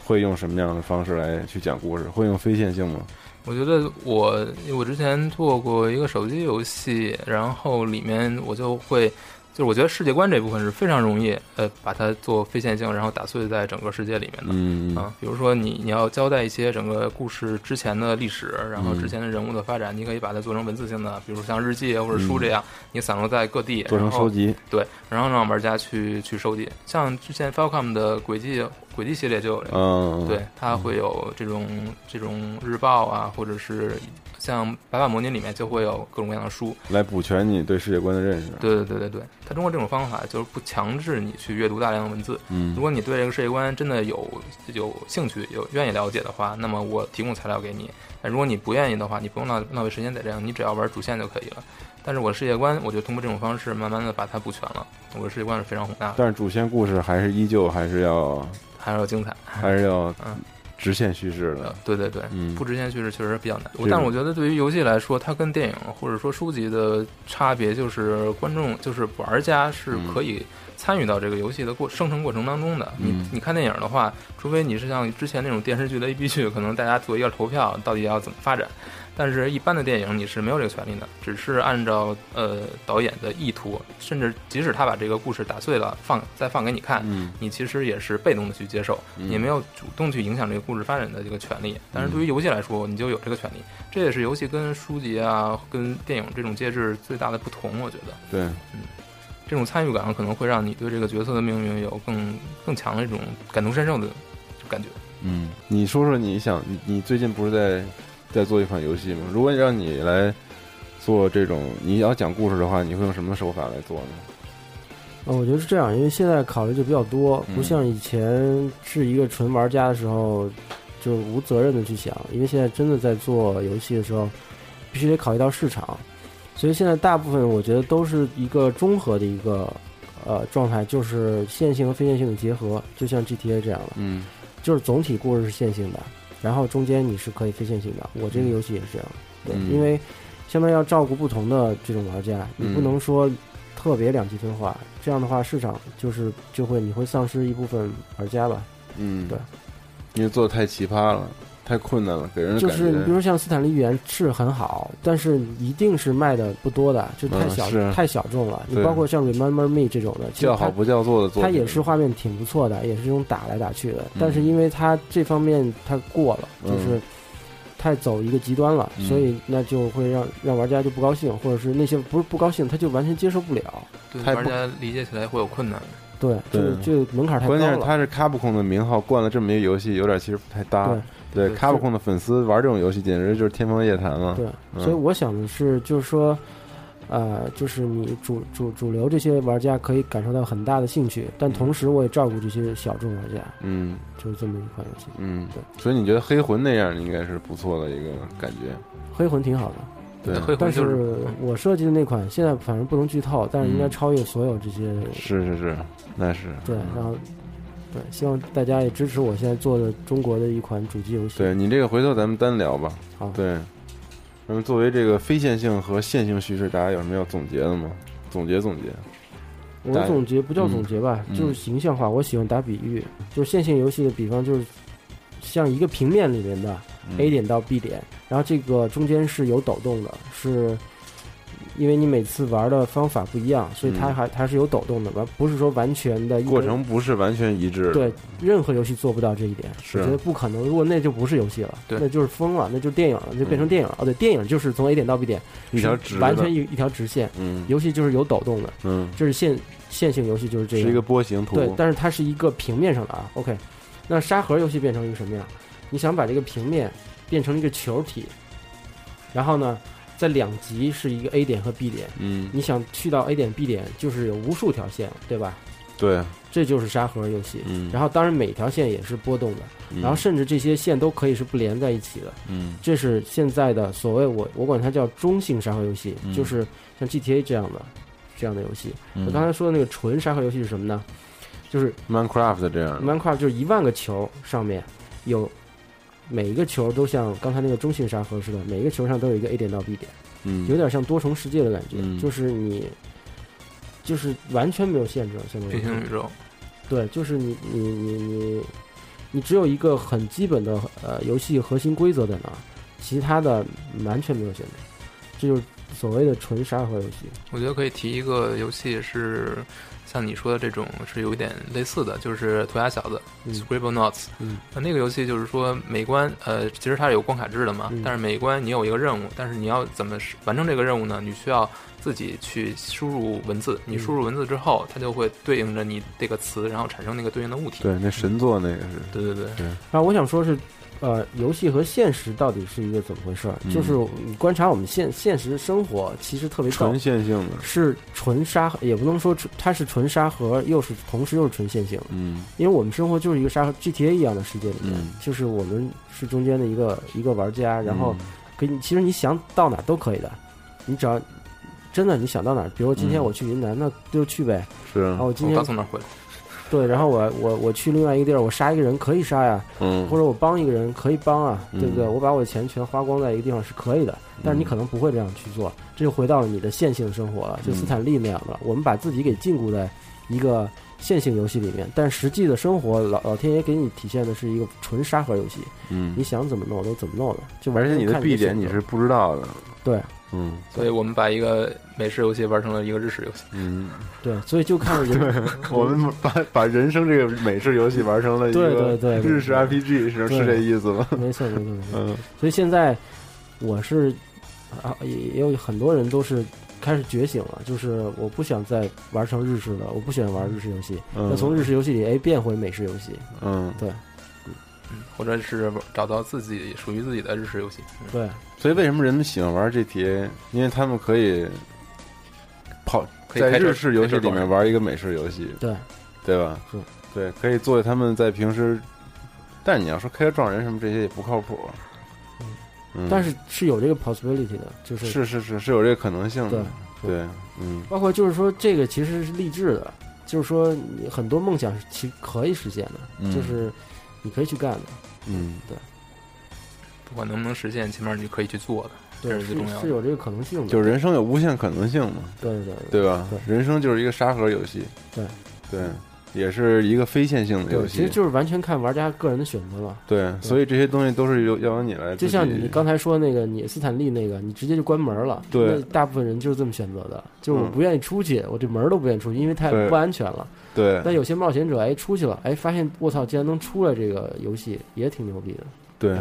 会用什么样的方式来去讲故事？会用非线性吗？
我觉得我我之前做过一个手机游戏，然后里面我就会，就是我觉得世界观这部分是非常容易，呃，把它做非线性，然后打碎在整个世界里面的。
嗯
啊，比如说你你要交代一些整个故事之前的历史，然后
嗯
之前的人物的发展，你可以把它做成文字性的，比如像日记啊或者书这样，你散落在各地，
嗯做成
然后
收集
对，然后让玩家去去收集。像之前 Falcom 的轨迹轨迹系列就有这个，
嗯
对，它会有这种这种日报啊，或者是像百法模拟里面就会有各种各样的书。
来补全你对世界观的认识。
对对对对对，它通过这种方法就是不强制你去阅读大量的文字。
嗯
如果你对这个世界观真的有有兴趣、有愿意了解的话，那么我提供材料给你。但如果你不愿意的话，你不用浪浪费时间在这样，你只要玩主线就可以了。但是我的世界观，我就通过这种方式慢慢的把它补全了。我的世界观是非常宏大的，
但是主线故事还是依旧还是
啊
要
还是要精彩。
还是要直线叙事的。
对对对，啊
嗯
呃不直线叙事确实比较难。
这个
但是我觉得对于游戏来说，它跟电影或者说书籍的差别就是观众就是玩家是可以参与到这个游戏的过生成过程当中的。
嗯
你你看电影的话，除非你是像之前那种电视剧的 A B 剧，可能大家做一个投票，到底要怎么发展。但是，一般的电影你是没有这个权利的，只是按照呃导演的意图，甚至即使他把这个故事打碎了放再放给你看，
嗯
你其实也是被动的去接受，
嗯
你没有主动去影响这个故事发展的这个权利。但是对于游戏来说，你就有这个权利，这也是游戏跟书籍啊、跟电影这种介质最大的不同。我觉得
对，
这种参与感可能会让你对这个角色的命运有更更强的一种感同身受的感觉。
嗯，你说说你想你你最近不是在在做一款游戏吗？如果让你来做这种你要讲故事的话，你会用什么手法来做呢？
呃，我觉得是这样，因为现在考虑就比较多，不像以前是一个纯玩家的时候，就是无责任的去想。因为现在真的在做游戏的时候，必须得考虑到市场，所以现在大部分我觉得都是一个综合的一个呃状态，就是线性和非线性的结合，就像 GTA 这样的。
嗯，
就是总体故事是线性的，然后中间你是可以非线性的。我这个游戏也是这样，对，
嗯
因为相当于要照顾不同的这种玩家，你不
嗯
能说特别两极分化，这样的话市场就是就会你会丧失一部分玩家吧。
嗯，
对，
因为做的太奇葩了，太困难了，给人的
就
感
是你
觉
比如像斯坦利预言是很好，但是一定是卖的不多的，就太
嗯
小、
是
太小众了。你
对
包括像 Remember Me 这种的，其实
叫好
它
不叫座的作品，
它也是画面挺不错的，也是这种打来打去的
嗯，
但是因为它这方面它过了，
嗯
就是太走一个极端了，
嗯
所以那就会让让玩家就不高兴，或者是那些不是不高兴，他就完全接受不了。
对
太不嗯
玩家理解起来会有困难。
对，
对
就是这个门槛太高
关键是
了。
它是卡普空的名号冠了这么一个游戏，有点其实不太搭
对。
对，
对
卡普空的粉丝玩这种游戏简直就是天方夜谭了。
对，
嗯
所以我想的是，就是说，呃，就是你主主主流这些玩家可以感受到很大的兴趣，但同时我也照顾这些小众玩家，
嗯
就是这么一款游戏。
嗯，所以你觉得黑魂那样应该是不错的一个感觉。
黑魂挺好的，
对，
黑魂
但
就是嗯
我设计的那款，现在反正不能剧透，但是应该超越所有这些。
是是是，那是
对，然后对，希望大家也支持我现在做的中国的一款主机游戏。
对你这个回头咱们单聊吧。
好
对。那么作为这个非线性和线性叙事，大家有什么要总结的吗？总结总结。
我
大
总结不叫总结吧，
嗯
就是形象化。我喜欢打比喻，就是线性游戏的比方就是像一个平面里
嗯
面的 A 点到 B 点，然后这个中间是有抖动的，是因为你每次玩的方法不一样，所以它
嗯
还还是有抖动的，完不是说完全的一
过
模
程不是完全一致的。
对，任何游戏做不到这一点，
是
我觉得不可能。如果那就不是游戏了，
对
那就是疯了，那就是电影了，就变成电影了。哦，对，电影就是从 A 点到 B 点，
嗯一条
是
直的
完全一一条直线。
嗯
游戏就是有抖动的，
嗯，
这是线线性游戏就是这
是
样，
一个波形图。
对，但是它是一个平面上的啊。OK，那沙盒游戏变成一个什么样？你想把这个平面变成一个球体，然后呢，在两极是一个 A 点和 B 点，
嗯，
你想去到 A 点 B 点，就是有无数条线，对吧？
对，
这就是沙盒游戏。
嗯
然后当然每条线也是波动的，
嗯
然后甚至这些线都可以是不连在一起的。
嗯
这是现在的所谓我我管它叫中性沙盒游戏，
嗯
就是像 GTA 这样的这样的游戏。
嗯
我刚才说的那个纯沙盒游戏是什么呢？就是
，Minecraft 这样的。
Minecraft 就是一万个球上面有每一个球都像刚才那个中性沙盒似的，每一个球上都有一个 A 点到 B 点，
嗯，
有点像多重世界的感觉，
嗯
就是你就是完全没有限制了，相当于
平
嗯
行宇宙，
对，就是你你你你你只有一个很基本的呃游戏核心规则在那儿，其他的完全没有限制，这就是所谓的纯沙盒游戏。
我觉得可以提一个游戏是像你说的这种是有一点类似的，就是涂鸦小子、
嗯
Scribble Notes。
嗯，
那那个游戏就是说每关呃，其实它是有关卡制的嘛，
嗯
但是每关你有一个任务，但是你要怎么是完成这个任务呢？你需要自己去输入文字，你输入文字之后，它就会对应着你这个词，然后产生那个对应的物体。
对，那神作那个是。
对对对，
然后我想说是，呃，游戏和现实到底是一个怎么回事儿？
嗯
就是你观察我们现现实生活，其实特别逗
纯，线性的，
是纯沙盒，也不能说纯它是纯沙盒，又是同时又是纯线性，
嗯
因为我们生活就是一个沙盒 GTA 一样的世界里面，
嗯
就是我们是中间的一个一个玩家，然后
嗯
可以，其实你想到哪都可以的，你只要真的你想到哪儿，比如今天
嗯
我去云南，那就去呗。
是啊
然，后我今
我
天
刚从那儿回来。
对，然后我我我去另外一个地儿，我杀一个人可以杀呀，
嗯
或者我帮一个人可以帮啊，
嗯
对不对？我把我的钱全花光在一个地方是可以的，但是你可能不会这样去做，这就回到了你的线性生活
嗯
了，就斯坦利那样的。我们把自己给禁锢在一个线性游戏里面，但实际的生活，老老天爷给你体现的是一个纯沙盒游戏，
嗯
你，想怎么弄都怎么弄的，就完
而且
全
你的
看
B
的
点
选
你
择
是不知道的，
对
嗯
所以我们把一个美式游戏玩成了一个日式游戏。 [LAUGHS]
嗯，
对，所以就看
[LAUGHS]
人
我们把把人生这个美式游戏玩成了一
对对
个
对对
日式 RPG，是
对
是这意思吗？
[LAUGHS] 没错没错没错。
嗯
所以现在我是啊，也也有很多人都是开始觉醒了，就是我不想再玩成日式了，我不喜欢玩日式游戏，
嗯
那从日式游戏里哎变回美式游戏，
嗯，
对
嗯或者是找到自己属于自己的日式游戏。嗯
对，
所以为什么人们喜欢玩 GTA？因为他们可以跑
可以
在
开车
日式游戏里
开车
面
撞
玩一个美式游戏，
对，
对吧
是？
对，可以做他们在平时，但是你要说开车撞人什么这些也不靠谱。嗯，
但是是有这个 possibility 的，就是
是是是是有这个可能性的，
对
对，嗯
包括就是说这个其实是励志的，就是说你很多梦想是其可以实现的，
嗯
就是你可以去干的，
嗯
不管能不能实现，起码你可以去做的，这
对，
是
是
最重要
是
的。
有这个可能性的，
就是人生有无限可能性嘛，
对对对
对吧？
嗯对
人生就是一个沙盒游戏，
对
对，也是一个非线性的游
对，其
戏
实，就是完全看玩家个人的选择了。
对，所以这些东西都是由要由你来自
就
己，
像你刚才说那个，你斯坦利那个，你直接就关门了。
对
那大部分人就是这么选择的，就是我
嗯
不愿意出去，我这门儿都不愿意出去，因为太
对哎
不安全了。
对
但有些冒险者哎出去了，哎发现我操，竟然能出来这个游戏，也挺牛逼的。
对，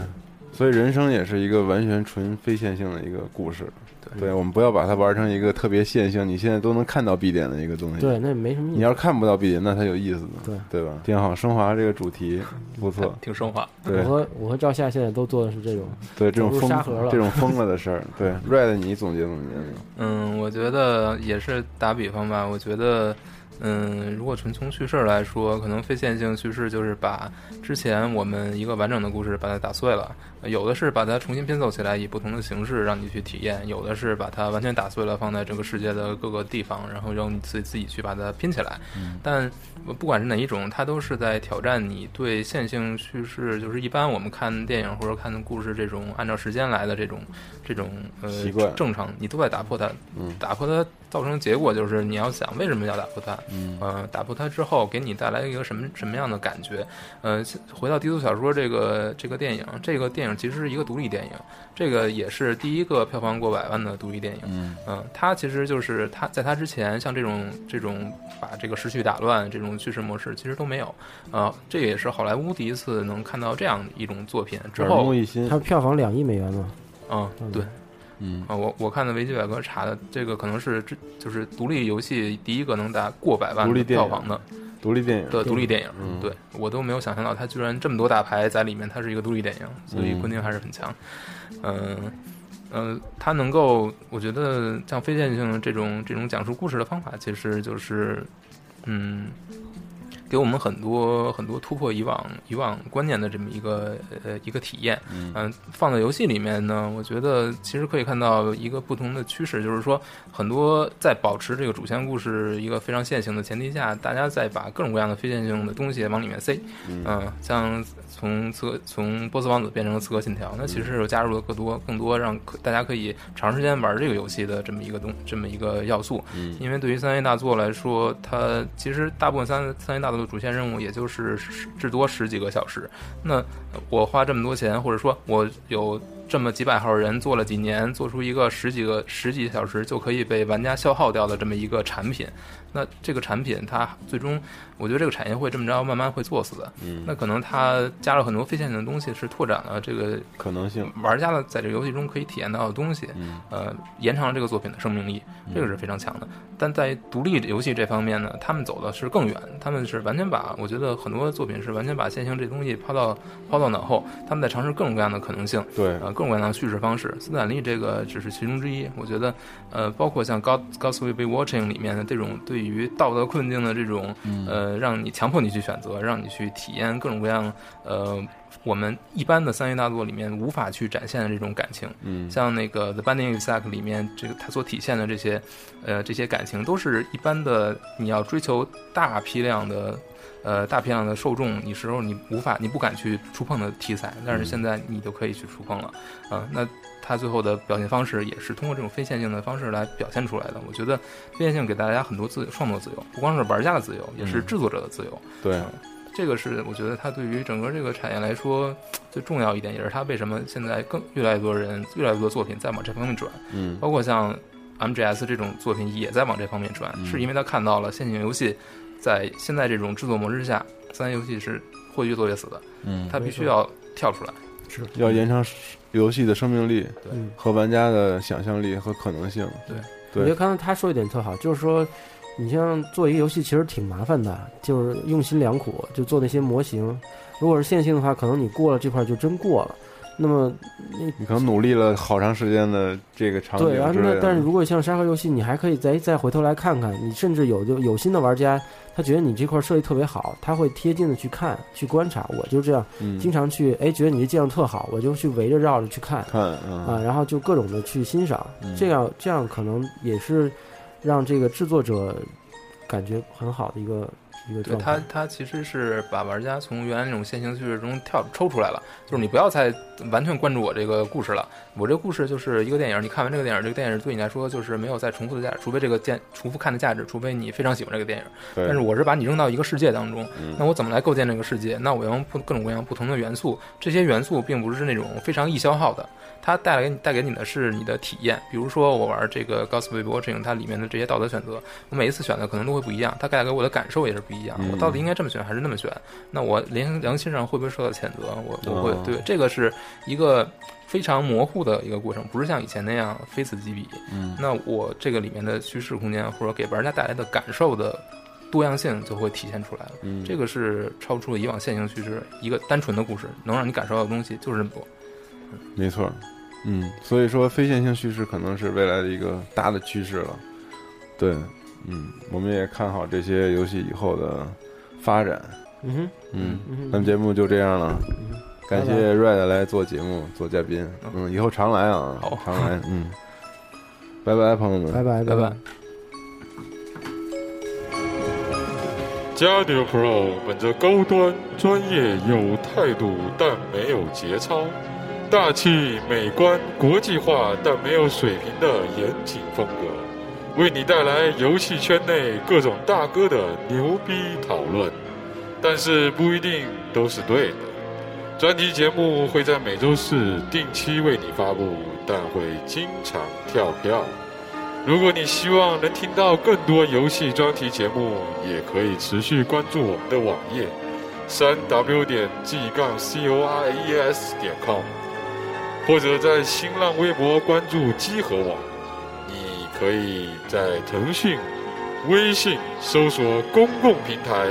所以人生也是一个完全纯非线性的一个故事。对，我们不要把它玩成一个特别线性，你现在都能看到 B 点的一个东西。
对，，那也没什么意
哎你
思。
要是看不到 B 点，那才有意思呢，
对
对吧？挺好，升华这个主题不错，
挺升华，
对
我和我和赵夏现在都做的是这种，
对，这种
走入
疯
沙盒了
这种疯了的事儿，对，Red，你总结总结呢？
嗯，我觉得也是打比方吧。我觉得，嗯，如果纯从叙事来说，可能非线性叙事就是把之前我们一个完整的故事把它打碎了，有的是把它重新拼凑起来，以不同的形式让你去体验；有的是把它完全打碎了，放在这个世界的各个地方，然后让你自己自己去把它拼起来。但不管是哪一种，它都是在挑战你对线性叙事，就是一般我们看电影或者看故事这种按照时间来的这种这种呃
习惯
正常，你都在打破它。
嗯
打破它造成的结果就是你要想为什么要打破它，
嗯
呃，打破它之后给你带来一个什么什么样的感觉？呃，回到低俗小说这个这个电影，这个电影其实是一个独立电影，这个也是第一个票房过百万的独立电影。
嗯
嗯，它其实就是它在它之前，像这种这种把这个时序打乱这种叙事模式，其实都没有。呃，这也是好莱坞第一次能看到这样一种作品之后，
它票房两亿美元嘛，
嗯，对，
嗯
啊，我我看的维基百科查的，这个可能是这就是独立游戏第一个能达过百万
独立电
票
影
房的
独立电影
的独立电影，
嗯
对我都没有想象到它居然这么多大牌在里面，它是一个独立电影，所以
嗯
昆汀还是很强，嗯、呃，他能够，我觉得像非线性这种这种讲述故事的方法，其实就是，嗯，给我们很多很多突破以往以往观念的这么一个呃一个体验。呃
嗯
放在游戏里面呢，我觉得其实可以看到一个不同的趋势，就是说很多在保持这个主线故事一个非常线性的前提下，大家在把各种各样的非线性的东西往里面塞。
嗯
嗯，像从刺客从波斯王子变成了刺客信条，那其实又加入了更多更多让可大家可以长时间玩这个游戏的这么一个东这么一个要素。
嗯
因为对于三 A 大作来说，它其实大部分三三 A 大作的主线任务也就是十至多十几个小时。那我花这么多钱，或者说我有这么几百号人做了几年，做出一个十几个十几小时就可以被玩家消耗掉的这么一个产品，那这个产品它最终，我觉得这个产业会这么着慢慢会作死的。
嗯
那可能它加了很多非线性的东西，是拓展了这个
可能性，
玩家的在这个游戏中可以体验到的东西，呃，延长了这个作品的生命力，这个是非常强的。但在独立游戏这方面呢，他们走的是更远，他们是完全把我觉得很多作品是完全把线性这东西抛到抛到脑后，他们在尝试各种各样的可能性，
对
呃，各种各样的叙事方式。斯坦利这个只是其中之一，我觉得，呃，包括像《God God Will Be Watching》里面的这种对于道德困境的这种，
嗯
呃，让你强迫你去选择，让你去体验各种各样，呃。我们一般的三 A 大作里面无法去展现的这种感情，
嗯
像那个《The Binding of Isaac》里面，这个它所体现的这些，呃，这些感情都是一般的，你要追求大批量的，呃，大批量的受众，你时候你无法，你不敢去触碰的题材，但
嗯
是现在你就可以去触碰了，啊、那它最后的表现方式也是通过这种非线性的方式来表现出来的。我觉得非线性给大家很多自由创作自由，不光是玩家的自由，也是
嗯
制作者的自由。
对，
这个是我觉得它对于整个这个产业来说最重要一点，也是它为什么现在更越来越多人、越来越多作品在往这方面转，
嗯
包括像 MGS 这种作品也在往这方面转，
嗯
是因为他看到了线性游戏在现在这种制作模式下，三 A 游戏是会越做越死的，
嗯
它必须要跳出来，
是
要延长游戏的生命力
对
嗯
和玩家的想象力和可能性。
对
我觉
对
得，刚才他说一点特好，就是说，你像做一个游戏其实挺麻烦的，就是用心良苦，就做那些模型。如果是线性的话，可能你过了这块就真过了。那么你
你可能努力了好长时间的这个场景
对，然后
之类
那
的
但是如果像沙盒游戏，你还可以再再回头来看看，你甚至有就有新的玩家，他觉得你这块设计特别好，他会贴近的去看去观察。我就这样，
嗯
经常去哎觉得你这建筑特好，我就去围着绕着去看，
看嗯
啊，然后就各种的去欣赏，
嗯
这样这样可能也是让这个制作者感觉很好的一个一个
对
状
它
态。，
它其实是把玩家从原来那种线性叙事中跳抽出来了，就是你不要再完全关注我这个故事了。我这个故事就是一个电影，你看完这个电影，这个电影对你来说就是没有再重复的价值，除非这个见重复看的价值，除非你非常喜欢这个电影。
对
但是我是把你扔到一个世界当中
嗯，
那我怎么来构建这个世界？那我要用不各种各样不同的元素，这些元素并不是那种非常易消耗的，它带来给你带给你的是你的体验。比如说我玩这个《Gospel b o 这 i n 它里面的这些道德选择，我每一次选的可能都会不一样，它带给我的感受也是不一样。
嗯
我到底应该这么选还是那么选？那我良良心上会不会受到谴责？我我会、
哦
对这个是一个非常模糊的一个过程，不是像以前那样非此即彼。
嗯
那我这个里面的叙事空间或者给玩家带来的感受的多样性就会体现出来了。
嗯
这个是超出了以往线性叙事一个单纯的故事能让你感受到的东西就是这么多。
没错，嗯，所以说非线性叙事可能是未来的一个大的趋势了。对，嗯，我们也看好这些游戏以后的发展。
嗯哼，
嗯
嗯哼，
咱们节目就这样了，感谢
拜
Red 来做节目做嘉宾，嗯，以后常来啊，常来，嗯，拜拜，朋友们，
拜拜
拜拜。
Jadio Pro 本着高端、专业、有态度但没有节操，大气、美观、国际化但没有水平的严谨风格，为你带来游戏圈内各种大哥的牛逼讨论，但是不一定都是对的。专题节目会在每周四定期为你发布，但会经常跳票。如果你希望能听到更多游戏专题节目，也可以持续关注我们的网页，三 w 点 g 杠 c o r e s 点 com，或者在新浪微博关注机核网。你可以在腾讯、微信搜索公共平台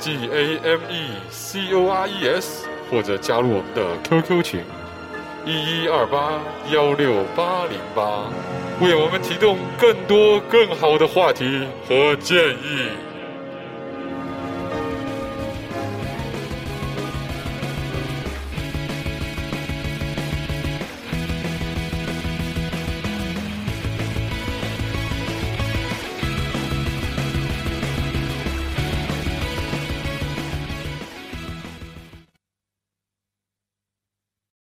G A M E C O R E S，或者加入我们的 QQ 群一一二八幺六八零八，为我们提供更多更好的话题和建议。